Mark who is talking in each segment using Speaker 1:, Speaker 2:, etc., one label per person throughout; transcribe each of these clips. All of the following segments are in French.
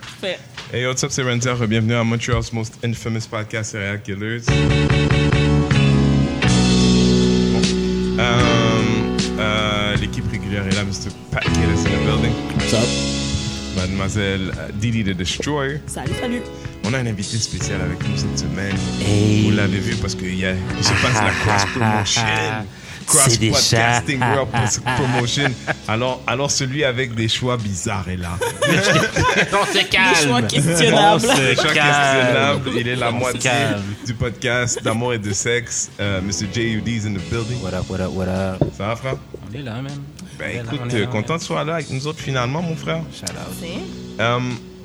Speaker 1: Parfait.
Speaker 2: Hey, what's up, c'est Renzer. Bienvenue à Montreal's most infamous podcast, Serial Killers. Bon. Euh, euh, L'équipe régulière est là, Mr. Pat Kidd is in the building. Mademoiselle euh, Didi the Destroyer.
Speaker 1: Salut, salut.
Speaker 2: On a un invité spécial avec nous cette semaine. Vous l'avez vu parce que il y a, je passe la cross promotion. Cross
Speaker 3: C'est des
Speaker 2: podcasting
Speaker 3: chats.
Speaker 2: world promotion. Alors, alors celui avec des choix bizarres est là.
Speaker 3: On se
Speaker 1: Des choix
Speaker 3: calme. On
Speaker 1: questionnables.
Speaker 3: se
Speaker 2: Choc
Speaker 3: calme.
Speaker 2: questionnable. Il est la
Speaker 3: On se
Speaker 2: moitié
Speaker 3: calme.
Speaker 2: du podcast d'amour et de sexe. Euh, Mr. J.U.D. is in the building.
Speaker 3: What up, what up, what up?
Speaker 2: Ça va, frère?
Speaker 3: On est là, man.
Speaker 2: Ben
Speaker 3: On est là, on
Speaker 2: écoute,
Speaker 3: est
Speaker 2: euh,
Speaker 3: là,
Speaker 2: content que tu sois là avec nous autres finalement, mon frère.
Speaker 3: man. Shout out.
Speaker 1: Tu
Speaker 2: Euh,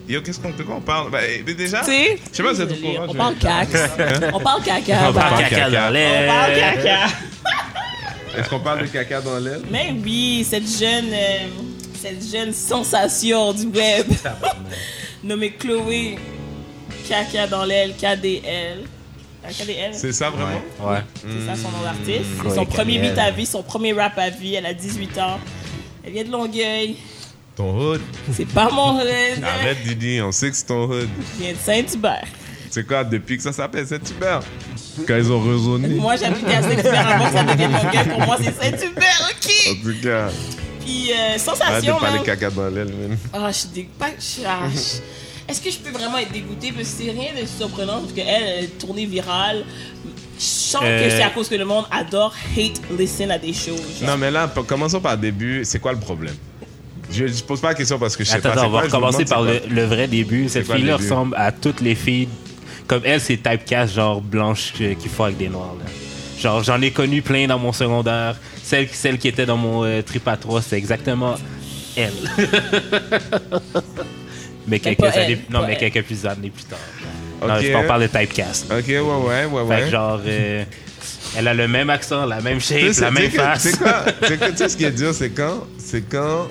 Speaker 2: yo, qu'est-ce qu'on de quoi on parle? Ben, eh, déjà, je
Speaker 1: sais?
Speaker 2: sais pas si vous êtes au courant.
Speaker 1: On
Speaker 2: je-
Speaker 1: parle cax.
Speaker 2: Hein?
Speaker 1: On parle caca.
Speaker 3: On parle
Speaker 2: parle
Speaker 3: caca
Speaker 2: caca.
Speaker 3: dans l'air.
Speaker 1: On parle caca.
Speaker 2: Est-ce qu'on parle de caca dans l'aile?
Speaker 1: Mais oui, cette jeune, euh, cette jeune sensation du web nommée Chloé Caca dans l'aile, KDL. Ah, KDL, c'est
Speaker 2: C'est ça vraiment?
Speaker 3: Ouais.
Speaker 1: ça son nom d'artiste.
Speaker 3: Chloé
Speaker 1: Son premier
Speaker 3: KDL.
Speaker 1: beat à vie, son premier rap à vie, elle a 18 ans. Elle vient de Longueuil.
Speaker 2: Ton hood?
Speaker 1: C'est pas mon rêve.
Speaker 2: Arrête, Didi, on sait que c'est ton hood.
Speaker 1: Elle vient de Saint-Hubert.
Speaker 2: C'est quoi, depuis que ça s'appelle Saint-Hubert? Quand ils ont raisonné.
Speaker 1: Moi, j'habitais à Saint-Hubert avant que ça devienne Longueuil. Pour moi, c'est Saint-Hubert,
Speaker 2: En
Speaker 1: ok?
Speaker 2: tout cas,
Speaker 1: Puis, euh,
Speaker 2: arrête de
Speaker 1: sensation,
Speaker 2: parler
Speaker 1: man.
Speaker 2: caca dans l'aile, man.
Speaker 1: Ah, je suis dégoûtée. Est-ce que je peux vraiment être dégoûtée? Parce que c'est rien de surprenant, parce qu'elle, elle est tournée virale. Je sens
Speaker 3: Euh.
Speaker 1: que c'est à cause que le monde adore hate listen à des choses.
Speaker 2: Non, mais là, p- commençons par le début. C'est quoi le problème? Je ne pose pas la question parce que je sais pas.
Speaker 3: Attends, attends,
Speaker 2: C'est
Speaker 3: on va
Speaker 2: quoi, je me
Speaker 3: recommencer
Speaker 2: demande
Speaker 3: par
Speaker 2: c'est
Speaker 3: le, le vrai début. Cette
Speaker 2: quoi le
Speaker 3: fille-là
Speaker 2: début?
Speaker 3: ressemble à toutes les filles. Comme elle, c'est typecast, genre blanche euh, qui font avec des noirs. là. Genre, j'en ai connu plein dans mon secondaire. Celle, celle qui était dans mon euh, trip à trois, c'est exactement elle. mais quelques
Speaker 1: pas elle,
Speaker 3: années, non,
Speaker 1: pas
Speaker 3: mais
Speaker 1: elle.
Speaker 3: quelques plus années plus tard.
Speaker 2: Ok.
Speaker 3: Non, je t'en parle de typecast. là.
Speaker 2: Ok, ouais, ouais, ouais,
Speaker 3: Fait que
Speaker 2: ouais.
Speaker 3: genre, euh, elle a le même accent, la même
Speaker 2: Tu sais,
Speaker 3: shape,
Speaker 2: c'est-
Speaker 3: la même
Speaker 2: tu sais que-
Speaker 3: face.
Speaker 2: Tu sais quoi? Tu sais que- tu sais ce qui est dur, c'est quand. C'est quand.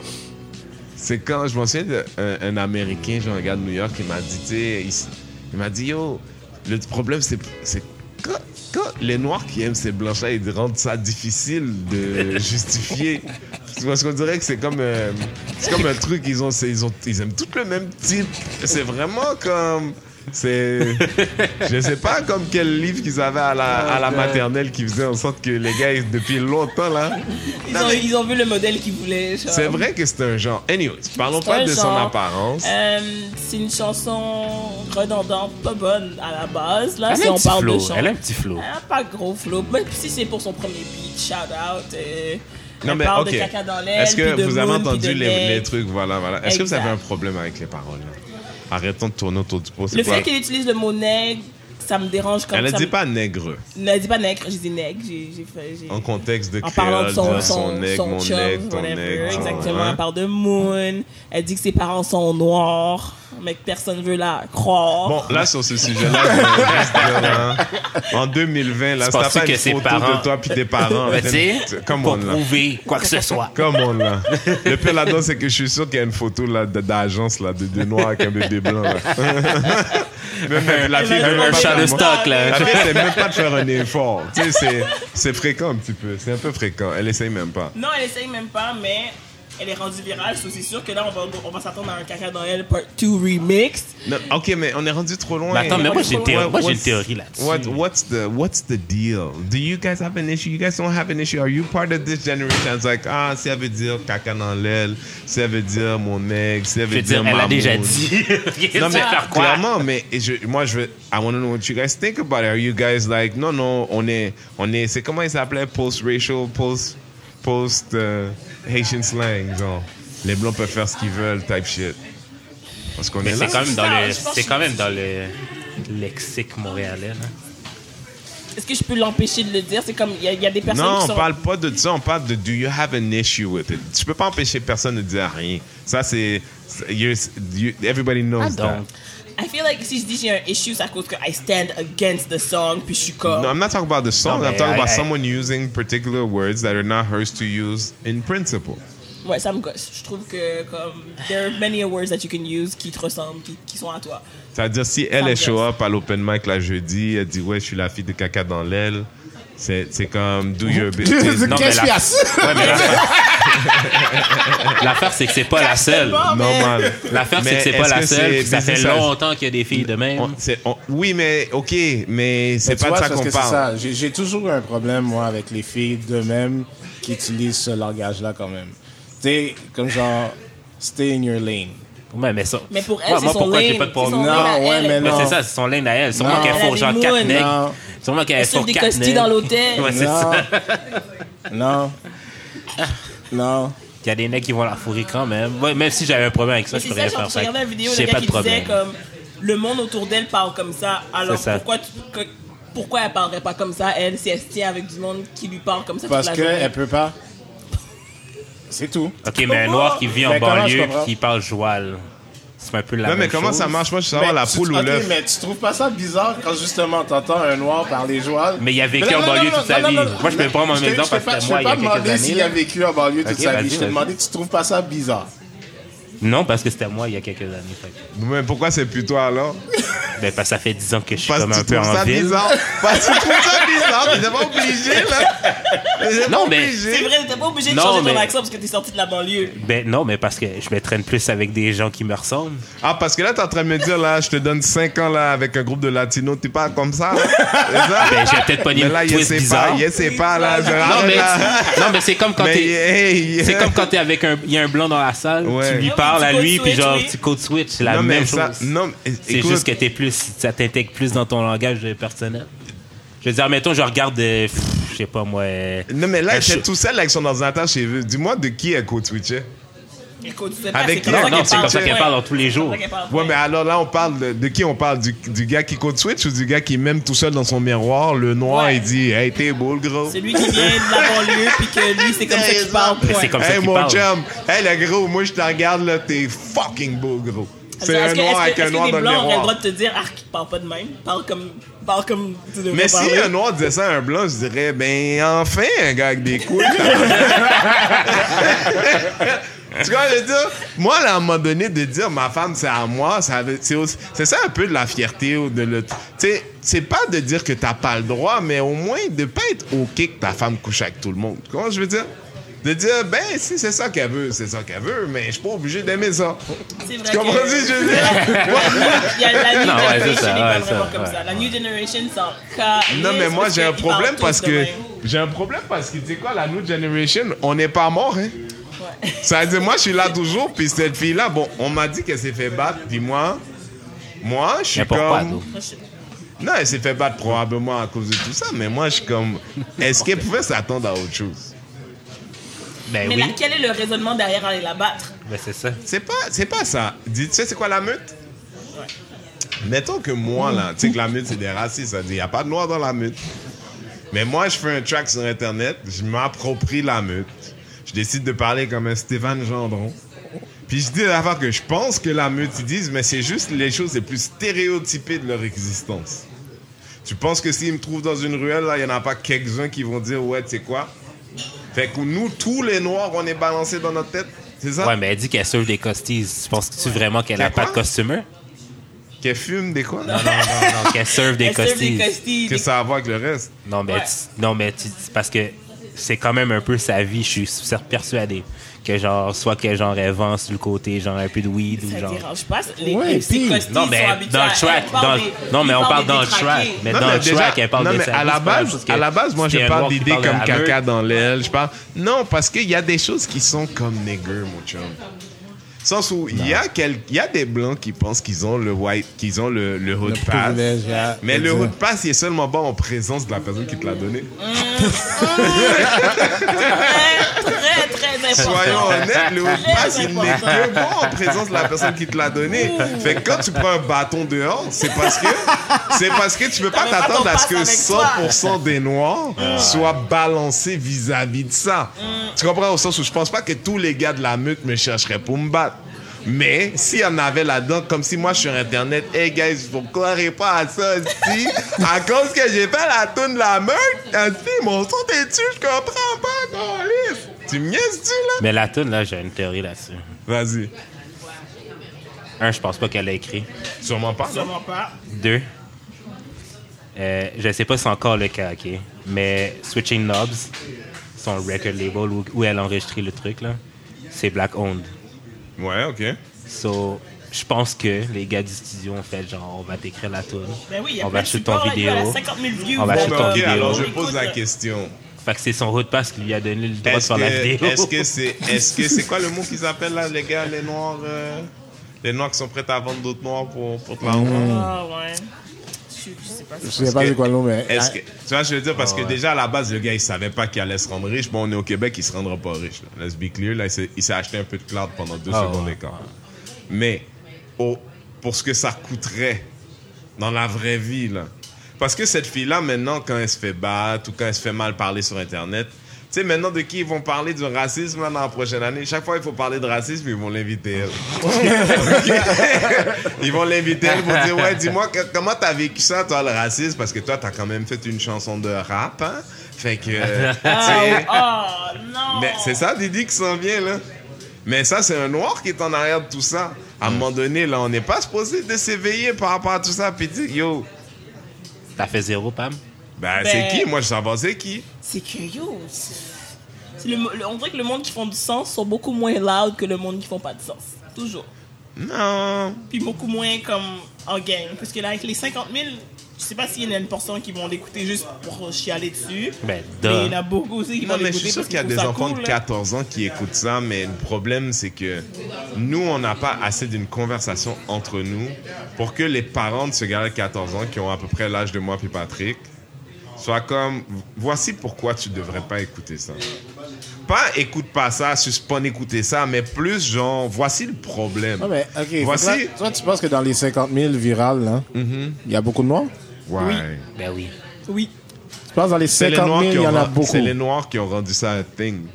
Speaker 2: C'est quand. Je m'en souviens d'un un Américain, genre un gars de New York, qui m'a dit, tu sais, il, s- il m'a dit, yo, le problème, c'est. c'est quand, quand les Noirs qui aiment ces blanches-là, ils rendent ça difficile de justifier. Parce qu'on dirait que c'est comme, euh, c'est comme un truc, ils, ont, c'est- ils, ont, ils aiment tous le même type. C'est vraiment comme. C'est. Je sais pas comme quel livre qu'ils avaient à la, à la maternelle qui faisait en sorte que les gars, ils- depuis longtemps, là.
Speaker 1: Ils,
Speaker 2: Non,
Speaker 1: ont,
Speaker 2: mais
Speaker 1: ils ont vu le modèle qu'ils voulaient. genre.
Speaker 2: C'est vrai que c'est un genre. Anyways, parlons
Speaker 1: C'est
Speaker 2: pas
Speaker 1: un
Speaker 2: de son
Speaker 1: genre.
Speaker 2: apparence.
Speaker 1: Euh, c'est une chanson redondante, pas bonne à la base. Là,
Speaker 3: Elle,
Speaker 1: Ah, si
Speaker 3: a un
Speaker 1: on
Speaker 3: petit
Speaker 1: parle de
Speaker 3: flow.
Speaker 1: chanson.
Speaker 3: elle a un petit flow.
Speaker 1: Ah, pas gros flop. Même si c'est pour son premier beat, shout out. euh,
Speaker 2: Non,
Speaker 1: elle
Speaker 2: mais
Speaker 1: parle
Speaker 2: ok.
Speaker 1: de caca dans l'aile.
Speaker 2: Est-ce que
Speaker 1: puis de
Speaker 2: vous avez
Speaker 1: moon, puis
Speaker 2: entendu
Speaker 1: de
Speaker 2: les,
Speaker 1: lait.
Speaker 2: les trucs Voilà, voilà. Est-ce que vous
Speaker 1: Exact.
Speaker 2: avez un problème avec les paroles là? Arrêtons de tourner autour du pot. c'est
Speaker 1: Le
Speaker 2: quoi?
Speaker 1: fait qu'elle utilise le mot nègre, ça me dérange comme
Speaker 2: Elle ne
Speaker 1: ça.
Speaker 2: dit
Speaker 1: me-
Speaker 2: pas nègre
Speaker 1: Elle a dit pas nègre, j'ai dit nègre. J'ai, j'ai fait, j'ai...
Speaker 2: en contexte de
Speaker 1: en parlant de
Speaker 2: créole,
Speaker 1: son,
Speaker 2: de
Speaker 1: son,
Speaker 2: son nègre,
Speaker 1: son
Speaker 2: mon
Speaker 1: chum,
Speaker 2: nègre, ton
Speaker 1: whatever,
Speaker 2: nègre. ton-
Speaker 1: exactement.
Speaker 2: hein?
Speaker 1: Elle parle de Moon. Elle dit que ses parents sont noirs, mais que personne veut la croire.
Speaker 3: Oh.
Speaker 2: Bon, là, sur ce sujet-là, je me reste là, hein. en 2020, là,
Speaker 3: Tu
Speaker 2: c'est pas
Speaker 3: penses-tu
Speaker 2: une
Speaker 3: que ses
Speaker 2: photo
Speaker 3: parents-
Speaker 2: de toi puis tes parents.
Speaker 3: Ben, tu sais,
Speaker 2: Comme on
Speaker 3: pour
Speaker 2: là.
Speaker 3: prouver quoi que ce soit.
Speaker 2: Comme on là. Le pire là-dedans, c'est que je suis sûr qu'il y a une photo là, de- d'agence là, de deux noirs avec un bébé blanc. Là. même, même la
Speaker 1: Elle
Speaker 2: fille,
Speaker 1: va
Speaker 2: même
Speaker 1: demander
Speaker 2: pas
Speaker 3: chat de
Speaker 1: la
Speaker 2: faire-
Speaker 3: stock, là.
Speaker 2: la
Speaker 1: morale.
Speaker 2: fille, c'est même pas de faire un effort. Tu sais, c'est- c'est fréquent un petit peu. C'est un peu fréquent. Elle essaye même pas.
Speaker 1: Non, elle essaye même pas, mais elle est rendue virale. so C'est sûr que là, on va, on va s'attendre à un caca dans elle part 2 remix.
Speaker 2: Non, ok, mais on est rendu trop loin.
Speaker 3: Mais attends, mais moi, j'ai une théorie-
Speaker 2: What-
Speaker 3: moi, j'ai une
Speaker 2: what's-
Speaker 3: théorie là-dessus.
Speaker 2: What, what's, the, what's the deal? Do you guys have an issue? You guys don't have an issue? Are you part of this generation? It's like, ah, si elle veut dire caca dans l'aile, si elle veut dire mon ex, si elle
Speaker 3: Je
Speaker 2: veut
Speaker 3: veux dire,
Speaker 2: dire
Speaker 3: elle a
Speaker 2: maman.
Speaker 3: déjà dit. Qu'est-ce
Speaker 2: Non,
Speaker 3: que tu
Speaker 2: mais
Speaker 3: vas faire quoi?
Speaker 2: clairement, mais je- moi, je veux. I want to know what you guys think about it. Are you guys like, non, non, on est. on est C'est comment il s'appelait? Post-racial, post. Post. euh, Haitian slang, genre. Les blancs peuvent faire ce qu'ils veulent, type shit. Parce qu'on
Speaker 3: Mais
Speaker 2: est là.
Speaker 3: c'est quand même dans le,
Speaker 1: Je pense
Speaker 3: c'est
Speaker 1: que-
Speaker 3: quand même dans le lexique montréalais. hein. là.
Speaker 1: Est-ce que je peux l'empêcher de le dire? C'est comme, il y, a- il y a des personnes
Speaker 2: Non,
Speaker 1: qui
Speaker 2: on
Speaker 1: sont...
Speaker 2: parle pas de ça, on parle de do you have an issue with it. Tu peux pas empêcher personne de dire rien. Ça, c'est. c'est- you're- you- everybody
Speaker 1: Ah,
Speaker 2: knows that.
Speaker 3: Donc,
Speaker 1: I feel like si je dis j'ai un issue, c'est à cause que I stand against the song, puis je suis comme...
Speaker 2: No, I'm not talking about the song.
Speaker 3: Non,
Speaker 2: I'm
Speaker 3: mais
Speaker 2: talking
Speaker 3: I-
Speaker 2: about
Speaker 3: I-
Speaker 2: someone using particular words that are not hers to use in principle.
Speaker 1: Ouais, ça me gosse. Je trouve que comme there are many words that you can use qui te ressemblent, qui, qui sont à toi.
Speaker 2: C'est-à-dire, si
Speaker 1: Ça
Speaker 2: elle
Speaker 1: me
Speaker 2: est
Speaker 1: gosse.
Speaker 2: show up à l'open mic la jeudi, elle dit Ouais, je suis la fille de caca dans l'aile. C'est c'est comme do your business.
Speaker 3: Non, mais
Speaker 4: 15
Speaker 3: la-
Speaker 4: piastres.
Speaker 3: Ouais, mais l'affaire- L'affaire, c'est que c'est pas la seule.
Speaker 1: Bon, mais-
Speaker 2: Normal.
Speaker 3: L'affaire, c'est
Speaker 2: Mais
Speaker 3: que c'est pas
Speaker 2: est-ce
Speaker 3: la
Speaker 2: que
Speaker 3: seule.
Speaker 2: c'est
Speaker 3: puis Ça fait
Speaker 2: business as-
Speaker 3: longtemps qu'il y a des filles de
Speaker 2: On-
Speaker 3: même.
Speaker 2: c'est- on- oui, mais OK, mais c'est
Speaker 4: Mais tu
Speaker 2: pas
Speaker 4: vois,
Speaker 2: de ça
Speaker 4: parce
Speaker 2: qu'on
Speaker 4: que c'est
Speaker 2: parle.
Speaker 4: ça. J'ai j'ai toujours un problème, moi, avec les filles d'eux-mêmes qui utilisent ce langage-là quand même. Tu sais, comme genre, stay in your lane.
Speaker 3: Ouais, mais ça.
Speaker 1: Mais pour
Speaker 3: Ouais,
Speaker 1: elle, c'est
Speaker 3: moi,
Speaker 1: son
Speaker 3: pourquoi j'ai
Speaker 1: lane,
Speaker 3: pas de problème?
Speaker 1: c'est son
Speaker 4: Non,
Speaker 1: lane à
Speaker 4: ouais,
Speaker 1: elle.
Speaker 4: mais
Speaker 3: Ouais,
Speaker 4: non.
Speaker 3: c'est ça, c'est son lane à elle. Sûrement
Speaker 4: Non.
Speaker 3: qu'elle
Speaker 1: Elle a
Speaker 3: fourre
Speaker 1: des
Speaker 3: genre
Speaker 1: moons.
Speaker 3: 4 necks.
Speaker 4: Non.
Speaker 3: Sûrement qu'elle
Speaker 1: Elle se
Speaker 3: fourre
Speaker 1: des
Speaker 3: 4
Speaker 1: costilles dans
Speaker 3: necks.
Speaker 1: l'hôtel.
Speaker 3: Ouais, c'est
Speaker 4: Non.
Speaker 3: ça.
Speaker 4: Non. non.
Speaker 3: Il y a des necks qui vont la fourrer quand même. Ouais, même si j'avais un problème avec ça,
Speaker 1: Mais
Speaker 3: je
Speaker 1: c'est
Speaker 3: pourrais
Speaker 1: ça,
Speaker 3: rien
Speaker 1: genre,
Speaker 3: faire
Speaker 1: je regardais la vidéo, le
Speaker 3: J'ai
Speaker 1: gars
Speaker 3: pas
Speaker 1: qui
Speaker 3: de
Speaker 1: disait
Speaker 3: problème.
Speaker 1: comme le monde autour d'elle parle comme ça, alors
Speaker 3: C'est ça.
Speaker 1: pourquoi tu, que- pourquoi elle parlerait pas comme ça, elle, si elle se tient avec du monde qui lui parle comme ça
Speaker 4: Parce
Speaker 1: toute la journée?
Speaker 4: qu'elle peut pas. C'est tout.
Speaker 3: Ok, mais un noir qui vit en
Speaker 4: Mais comment je
Speaker 3: banlieue
Speaker 4: comprends?
Speaker 3: et qui parle joual. C'est un peu la
Speaker 2: Non,
Speaker 3: même
Speaker 2: mais comment
Speaker 3: chose.
Speaker 2: ça marche? Moi, je veux savoir la
Speaker 4: tu-
Speaker 2: poule ou
Speaker 4: ok,
Speaker 2: l'œuf.
Speaker 4: mais tu trouves pas ça bizarre quand justement t'entends un noir parler joual?
Speaker 3: Mais il a vécu
Speaker 4: Mais non,
Speaker 3: en
Speaker 4: non,
Speaker 3: banlieue
Speaker 4: non,
Speaker 3: toute
Speaker 4: non,
Speaker 3: sa
Speaker 4: non,
Speaker 3: vie.
Speaker 4: non,
Speaker 3: Moi, je peux
Speaker 4: non,
Speaker 3: prendre en
Speaker 4: te-
Speaker 3: même temps
Speaker 4: je te
Speaker 3: parce
Speaker 4: pas-
Speaker 3: que moi,
Speaker 4: je
Speaker 3: il y
Speaker 4: t'ai
Speaker 3: a
Speaker 4: pas
Speaker 3: quelques
Speaker 4: demandé s'il
Speaker 3: années.
Speaker 4: a vécu en banlieue toute
Speaker 3: Ok,
Speaker 4: sa
Speaker 3: vas-y,
Speaker 4: vie. Je te
Speaker 3: vas-y.
Speaker 4: demandais, tu trouves pas ça bizarre?
Speaker 3: Non, parce que c'était moi il y a quelques années. fait que-
Speaker 2: Mais pourquoi c'est plus toi alors?
Speaker 3: Ben, parce que ça fait 10 ans que je suis
Speaker 2: Parce
Speaker 3: comme
Speaker 2: que
Speaker 3: un
Speaker 2: tu
Speaker 3: peu
Speaker 2: trouves
Speaker 3: en
Speaker 2: ça
Speaker 3: ville.
Speaker 2: bizarre. Parce que tu trouves ça bizarre, mais t'es pas obligé là. T'es pas
Speaker 3: Non, mais-
Speaker 2: obligé.
Speaker 1: C'est vrai, t'es pas obligé de
Speaker 3: Non,
Speaker 1: changer ton
Speaker 3: mais-
Speaker 1: accent parce que t'es sorti de la banlieue.
Speaker 3: Ben non, mais parce que je me traîne plus avec des gens qui me ressemblent.
Speaker 2: Ah, parce que là, t'es en train de me dire, là, je te donne 5 ans, là, avec un groupe de latinos, t'es pas comme ça, là. C'est ça?
Speaker 3: Ben j'ai peut-être pas
Speaker 2: mais là,
Speaker 3: une
Speaker 2: il
Speaker 3: twist
Speaker 2: sait pas,
Speaker 3: bizarre.
Speaker 2: il sait pas, là. je-
Speaker 3: Non, mais,
Speaker 2: là.
Speaker 3: non, mais c'est comme quand
Speaker 2: Mais,
Speaker 3: t'es...
Speaker 2: hey,
Speaker 3: C'est
Speaker 2: yeah.
Speaker 3: comme quand t'es avec un... Il y a un blanc dans la salle,
Speaker 2: Ouais.
Speaker 3: tu lui
Speaker 1: Ouais,
Speaker 3: parles
Speaker 1: tu
Speaker 3: à
Speaker 1: code
Speaker 3: lui, puis
Speaker 1: switch,
Speaker 3: genre,
Speaker 1: oui.
Speaker 3: tu code switch, c'est la
Speaker 2: Non, mais
Speaker 3: même
Speaker 2: ça,
Speaker 3: chose.
Speaker 2: non, mais
Speaker 3: C'est
Speaker 2: écoute,
Speaker 3: juste que t'es plus... Ça t'intègre plus dans ton langage euh, personnel. Je veux dire, mettons, je regarde... euh, pff, je sais pas, moi... euh,
Speaker 2: Non, mais là,
Speaker 3: un
Speaker 2: elle était
Speaker 3: show-
Speaker 2: tout seul avec son ordinateur chez lui. Dis-moi de qui hein. elle co-twitchait.
Speaker 1: Écoute, tu sais pas,
Speaker 2: Avec
Speaker 1: c'est comme
Speaker 2: qui?
Speaker 1: ça
Speaker 3: Non, non,
Speaker 1: qu'elle
Speaker 3: c'est comme ça
Speaker 1: parle.
Speaker 3: qu'elle
Speaker 1: Ouais.
Speaker 3: parle dans tous les jours.
Speaker 1: C'est comme ça qu'elle parle.
Speaker 2: Ouais, mais alors là, on parle de, de qui on parle du, du gars qui code switch ou du gars qui, même tout seul dans son miroir, le noir,
Speaker 1: Ouais.
Speaker 2: il dit Hey, t'es beau, le gros.
Speaker 1: Celui qui vient de la banlieue puis que lui, c'est comme ça qu'il parle.
Speaker 3: Mais c'est
Speaker 1: point.
Speaker 3: comme ça
Speaker 2: Hey,
Speaker 3: qu'il
Speaker 2: mon
Speaker 3: parle.
Speaker 2: chum, hey, le gros, moi, je te regarde, là, t'es fucking beau, gros.
Speaker 1: Est-ce que-
Speaker 2: C'est un
Speaker 1: est-ce que-
Speaker 2: noir avec
Speaker 1: est-ce que
Speaker 2: un noir
Speaker 1: des
Speaker 2: dans le
Speaker 1: blancs auraient le droit
Speaker 2: miroir.
Speaker 1: de te dire, ah, parle pas de même, parle comme, parle comme tu devrais
Speaker 2: Mais si
Speaker 1: parler.
Speaker 2: un noir disait ça à un blanc, je dirais, ben, enfin, un gars avec des couilles. tu vois, je veux dire, moi, là, à un moment donné, de dire ma femme, c'est à moi, ça veut- c'est aussi- c'est ça un peu de la fierté ou de le. Tu sais, c'est pas de dire que t'as pas le droit, mais au moins de pas être OK que ta femme couche avec tout le monde. Comment je veux dire? De dire, ben, si c'est ça qu'elle veut, c'est ça qu'elle veut, mais je suis pas obligé d'aimer ça.
Speaker 1: C'est vrai
Speaker 2: Tu comprends
Speaker 1: que-
Speaker 2: ce que je veux dire?
Speaker 1: Il y a la New
Speaker 3: Non, ouais,
Speaker 1: Generation,
Speaker 3: c'est ça,
Speaker 1: ils parlent
Speaker 3: ouais,
Speaker 1: vraiment
Speaker 3: ça,
Speaker 1: comme
Speaker 3: ouais.
Speaker 1: ça. La New Generation, c'est
Speaker 2: Non, mais moi, j'ai un problème parce que. J'ai un problème parce que, tu sais quoi, la New Generation, on n'est pas mort, hein. Ça veut dire, moi, je suis là toujours, puis cette fille-là, bon, on m'a dit qu'elle s'est fait battre, puis moi, moi, je suis
Speaker 3: Mais pourquoi,
Speaker 2: comme.
Speaker 3: nous?
Speaker 2: Non, elle s'est fait battre probablement à cause de tout ça, mais moi, je suis comme. Est-ce qu'elle pouvait s'attendre à autre chose?
Speaker 3: Ben
Speaker 1: Mais
Speaker 3: oui,
Speaker 1: là, quel est le raisonnement derrière aller la battre
Speaker 3: ben c'est ça.
Speaker 2: C'est pas, c'est pas ça. Dis- Tu sais, c'est quoi la meute? Mettons que moi, là, tu sais que la meute, c'est des racistes. Ça dit, il n'y a pas de noir dans la meute. Mais moi, je fais un track sur Internet, je m'approprie la meute. Je décide de parler comme un Stéphane Gendron. Puis je dis l'affaire que je pense que la meute, ils disent, mais c'est juste les choses les plus stéréotypées de leur existence. Tu penses que s'ils me trouvent dans une ruelle, là, il n'y en a pas quelques-uns qui vont dire, ouais, tu sais quoi? Fait que nous, tous les noirs, on est balancés dans notre tête. C'est ça?
Speaker 3: Ouais, mais elle dit qu'elle sauve des costilles. Tu penses-tu vraiment qu'elle a
Speaker 2: Qu'elle
Speaker 3: pas de
Speaker 2: quoi?
Speaker 3: costumeur?
Speaker 2: Qu'elle fume des quoi?
Speaker 3: Non, non, non, qu'elle serve des
Speaker 1: Elle se lève
Speaker 3: costilles.
Speaker 1: des costilles.
Speaker 2: Que ça a à voir avec le reste?
Speaker 3: Non, mais,
Speaker 1: Ouais.
Speaker 3: tu- non, mais tu- c'est parce que c'est quand même un peu sa vie, je suis cer- persuadé. Que genre, soit que genre elle vend sur le côté, genre un peu de weed
Speaker 1: Ça
Speaker 3: ou genre.
Speaker 1: dérange pas. Les
Speaker 4: Ouais,
Speaker 1: les
Speaker 4: puis-
Speaker 1: costilles
Speaker 3: Non, mais
Speaker 1: sont habitués
Speaker 3: dans
Speaker 1: à-
Speaker 3: le track,
Speaker 1: ils
Speaker 3: dans
Speaker 1: parlent
Speaker 3: le-
Speaker 1: des-
Speaker 3: non, mais
Speaker 1: ils
Speaker 3: on parle
Speaker 1: des
Speaker 3: dans le track.
Speaker 1: traqués.
Speaker 3: Mais dans le track, elle parle
Speaker 2: non,
Speaker 3: de
Speaker 2: mais
Speaker 3: sa
Speaker 2: à
Speaker 3: vie,
Speaker 2: la
Speaker 3: c'est pas la
Speaker 2: base,
Speaker 3: chose que-
Speaker 2: à la base, moi,
Speaker 3: c'est
Speaker 2: je
Speaker 3: un
Speaker 2: parle
Speaker 3: noir qui
Speaker 2: d'idées
Speaker 3: parle de
Speaker 2: comme
Speaker 3: la
Speaker 2: caca
Speaker 3: meute.
Speaker 2: dans l'aile. Je parle. Non, parce qu'il y a des choses qui sont comme nigger, mon chum. Sens où il y a quel- il y a des blancs qui pensent qu'ils ont le white, qu'ils ont le, le hood
Speaker 4: Le
Speaker 2: pass.
Speaker 4: privilège, yeah.
Speaker 2: Mais le
Speaker 4: Exact.
Speaker 2: hood pass, il est seulement bon en présence de la personne qui te l'a donné.
Speaker 1: Très, très, très important.
Speaker 2: Soyons honnêtes, le haut de passe, il n'est
Speaker 1: important.
Speaker 2: que bon en présence de la personne qui te l'a donné. Fait que quand tu prends un bâton dehors, c'est parce que c'est parce que tu peux pas
Speaker 1: T'avais pas
Speaker 2: t'attendre
Speaker 1: ton
Speaker 2: à ce que
Speaker 1: passe avec toi.
Speaker 2: 100% des noirs soient balancés vis-à-vis de ça. Tu comprends au sens où je pense pas que tous les gars de la meute me chercheraient pour me battre. Mais s'il y en avait là-dedans, comme si moi je suis sur Internet, hey guys, vous ne croirez pas à ça aussi. à cause que j'ai fait la toune de la meute, aussi, mon son est dessus, je comprends pas, câlisse. Tu me niaises-tu là?
Speaker 3: Mais la tune là, j'ai une théorie là-dessus.
Speaker 2: Vas-y.
Speaker 3: Un, je pense pas qu'elle a écrit.
Speaker 2: Sûrement pas.
Speaker 1: Sûrement pas.
Speaker 3: Deux, Euh, je sais pas si c'est encore le cas, ok. Mais Switching Knobs, son record label où, où elle a enregistré le truc, là, c'est Black Owned.
Speaker 2: Ouais, ok.
Speaker 3: So, je pense que les gars du studio ont fait genre, on va t'écrire la tune.
Speaker 1: Ben oui, il y a
Speaker 3: on
Speaker 1: plein
Speaker 3: va
Speaker 1: de
Speaker 3: acheter
Speaker 1: supports,
Speaker 3: ton
Speaker 1: là, il doit
Speaker 3: vidéo.
Speaker 1: avoir 50 000 views,
Speaker 3: On va
Speaker 1: là,
Speaker 3: acheter
Speaker 2: Bon,
Speaker 3: ton
Speaker 2: ben, ok,
Speaker 3: vidéo.
Speaker 2: alors je
Speaker 1: Écoute, euh,
Speaker 2: pose la
Speaker 1: là.
Speaker 2: question.
Speaker 3: Fait que c'est son route pass qui lui a donné le droit de
Speaker 2: Est-ce
Speaker 3: faire la
Speaker 2: que,
Speaker 3: vidéo.
Speaker 2: est-ce que c'est, est-ce que c'est quoi le mot qu'ils appellent là, les gars, les noirs, euh, les noirs qui sont prêts à vendre d'autres noirs pour, pour te la
Speaker 3: Mmh.
Speaker 2: revendre?
Speaker 1: Ah ouais. Je, je sais pas.
Speaker 4: Je sais pas
Speaker 2: que-
Speaker 4: c'est quoi le nom, mais.
Speaker 2: Est-ce
Speaker 3: Ah.
Speaker 2: que, tu vois, je veux dire, parce que déjà, à la base, le gars, il savait pas qu'il allait se rendre riche. Bon, on est au Québec, il se rendra pas riche. Là. Let's be clear. Là, il s'est- il s'est acheté un peu de cloud pendant deux
Speaker 3: Ah,
Speaker 2: secondes
Speaker 3: ouais,
Speaker 2: et quart. Mais, au- pour ce que ça coûterait dans la vraie vie, là. Parce que cette fille-là, maintenant, quand elle se fait battre ou quand elle se fait mal parler sur Internet, tu sais, maintenant, de qui ils vont parler du racisme là, dans la prochaine année? Chaque fois, il faut parler de racisme, ils vont l'inviter, elle. Ils vont l'inviter, ils vont dire Ouais, dis-moi, que- comment t'as vécu ça, toi, le racisme Parce que toi, t'as quand même fait une chanson de rap, hein Fait que. euh, tu sais,
Speaker 1: Ah oh, non.
Speaker 2: mais c'est ça, Didi, qui s'en vient, là. Mais ça, c'est un noir qui est en arrière de tout ça. À un moment donné, là, on n'est pas supposé de s'éveiller par rapport à tout ça, puis dire Yo,
Speaker 3: T'as fait zéro, Pam?
Speaker 2: ben,
Speaker 1: Ben-
Speaker 2: c'est qui Moi, je savais c'est qui.
Speaker 1: C'est que yo. c'est- c'est Le, mo- le- on dirait que le monde qui font du sens sont beaucoup moins loud que le monde qui font pas de sens. Toujours.
Speaker 2: Non.
Speaker 1: Puis beaucoup moins comme en gang. Parce que là, avec les 50 000, je sais pas s'il y en a une portion qui vont l'écouter juste pour chialer dessus.
Speaker 3: Ben, duh.
Speaker 1: mais il y en a beaucoup aussi qui
Speaker 2: Non,
Speaker 1: vont
Speaker 2: mais je
Speaker 1: l'écouter.
Speaker 2: suis sûr
Speaker 1: parce
Speaker 2: qu'il y a
Speaker 1: qu'ils
Speaker 2: des
Speaker 1: trouvent ça
Speaker 2: enfants de
Speaker 1: cool, hein. là.
Speaker 2: 14 ans qui écoutent ça, mais le problème, c'est que nous, on n'a pas assez d'une conversation entre nous pour que les parents de ce gars de 14 ans, qui ont à peu près l'âge de moi puis Patrick, soient comme voici pourquoi tu devrais pas écouter ça. Pas écoute pas ça, suspend écouter ça, mais plus genre voici le problème.
Speaker 4: Ouais, Ah, mais, ok.
Speaker 2: Voici- Mm-hmm.
Speaker 4: fait que là, toi, tu penses que dans les 50 000 virales, là, il y a beaucoup de noirs?
Speaker 2: Ouais.
Speaker 3: Ben oui.
Speaker 1: Oui.
Speaker 4: Tu penses dans les
Speaker 2: C'est les
Speaker 4: 50
Speaker 2: noirs
Speaker 4: 000,
Speaker 2: qui
Speaker 4: il y
Speaker 2: ont
Speaker 4: en a
Speaker 2: ren-
Speaker 4: beaucoup.
Speaker 2: c'est les noirs qui ont rendu ça un thing.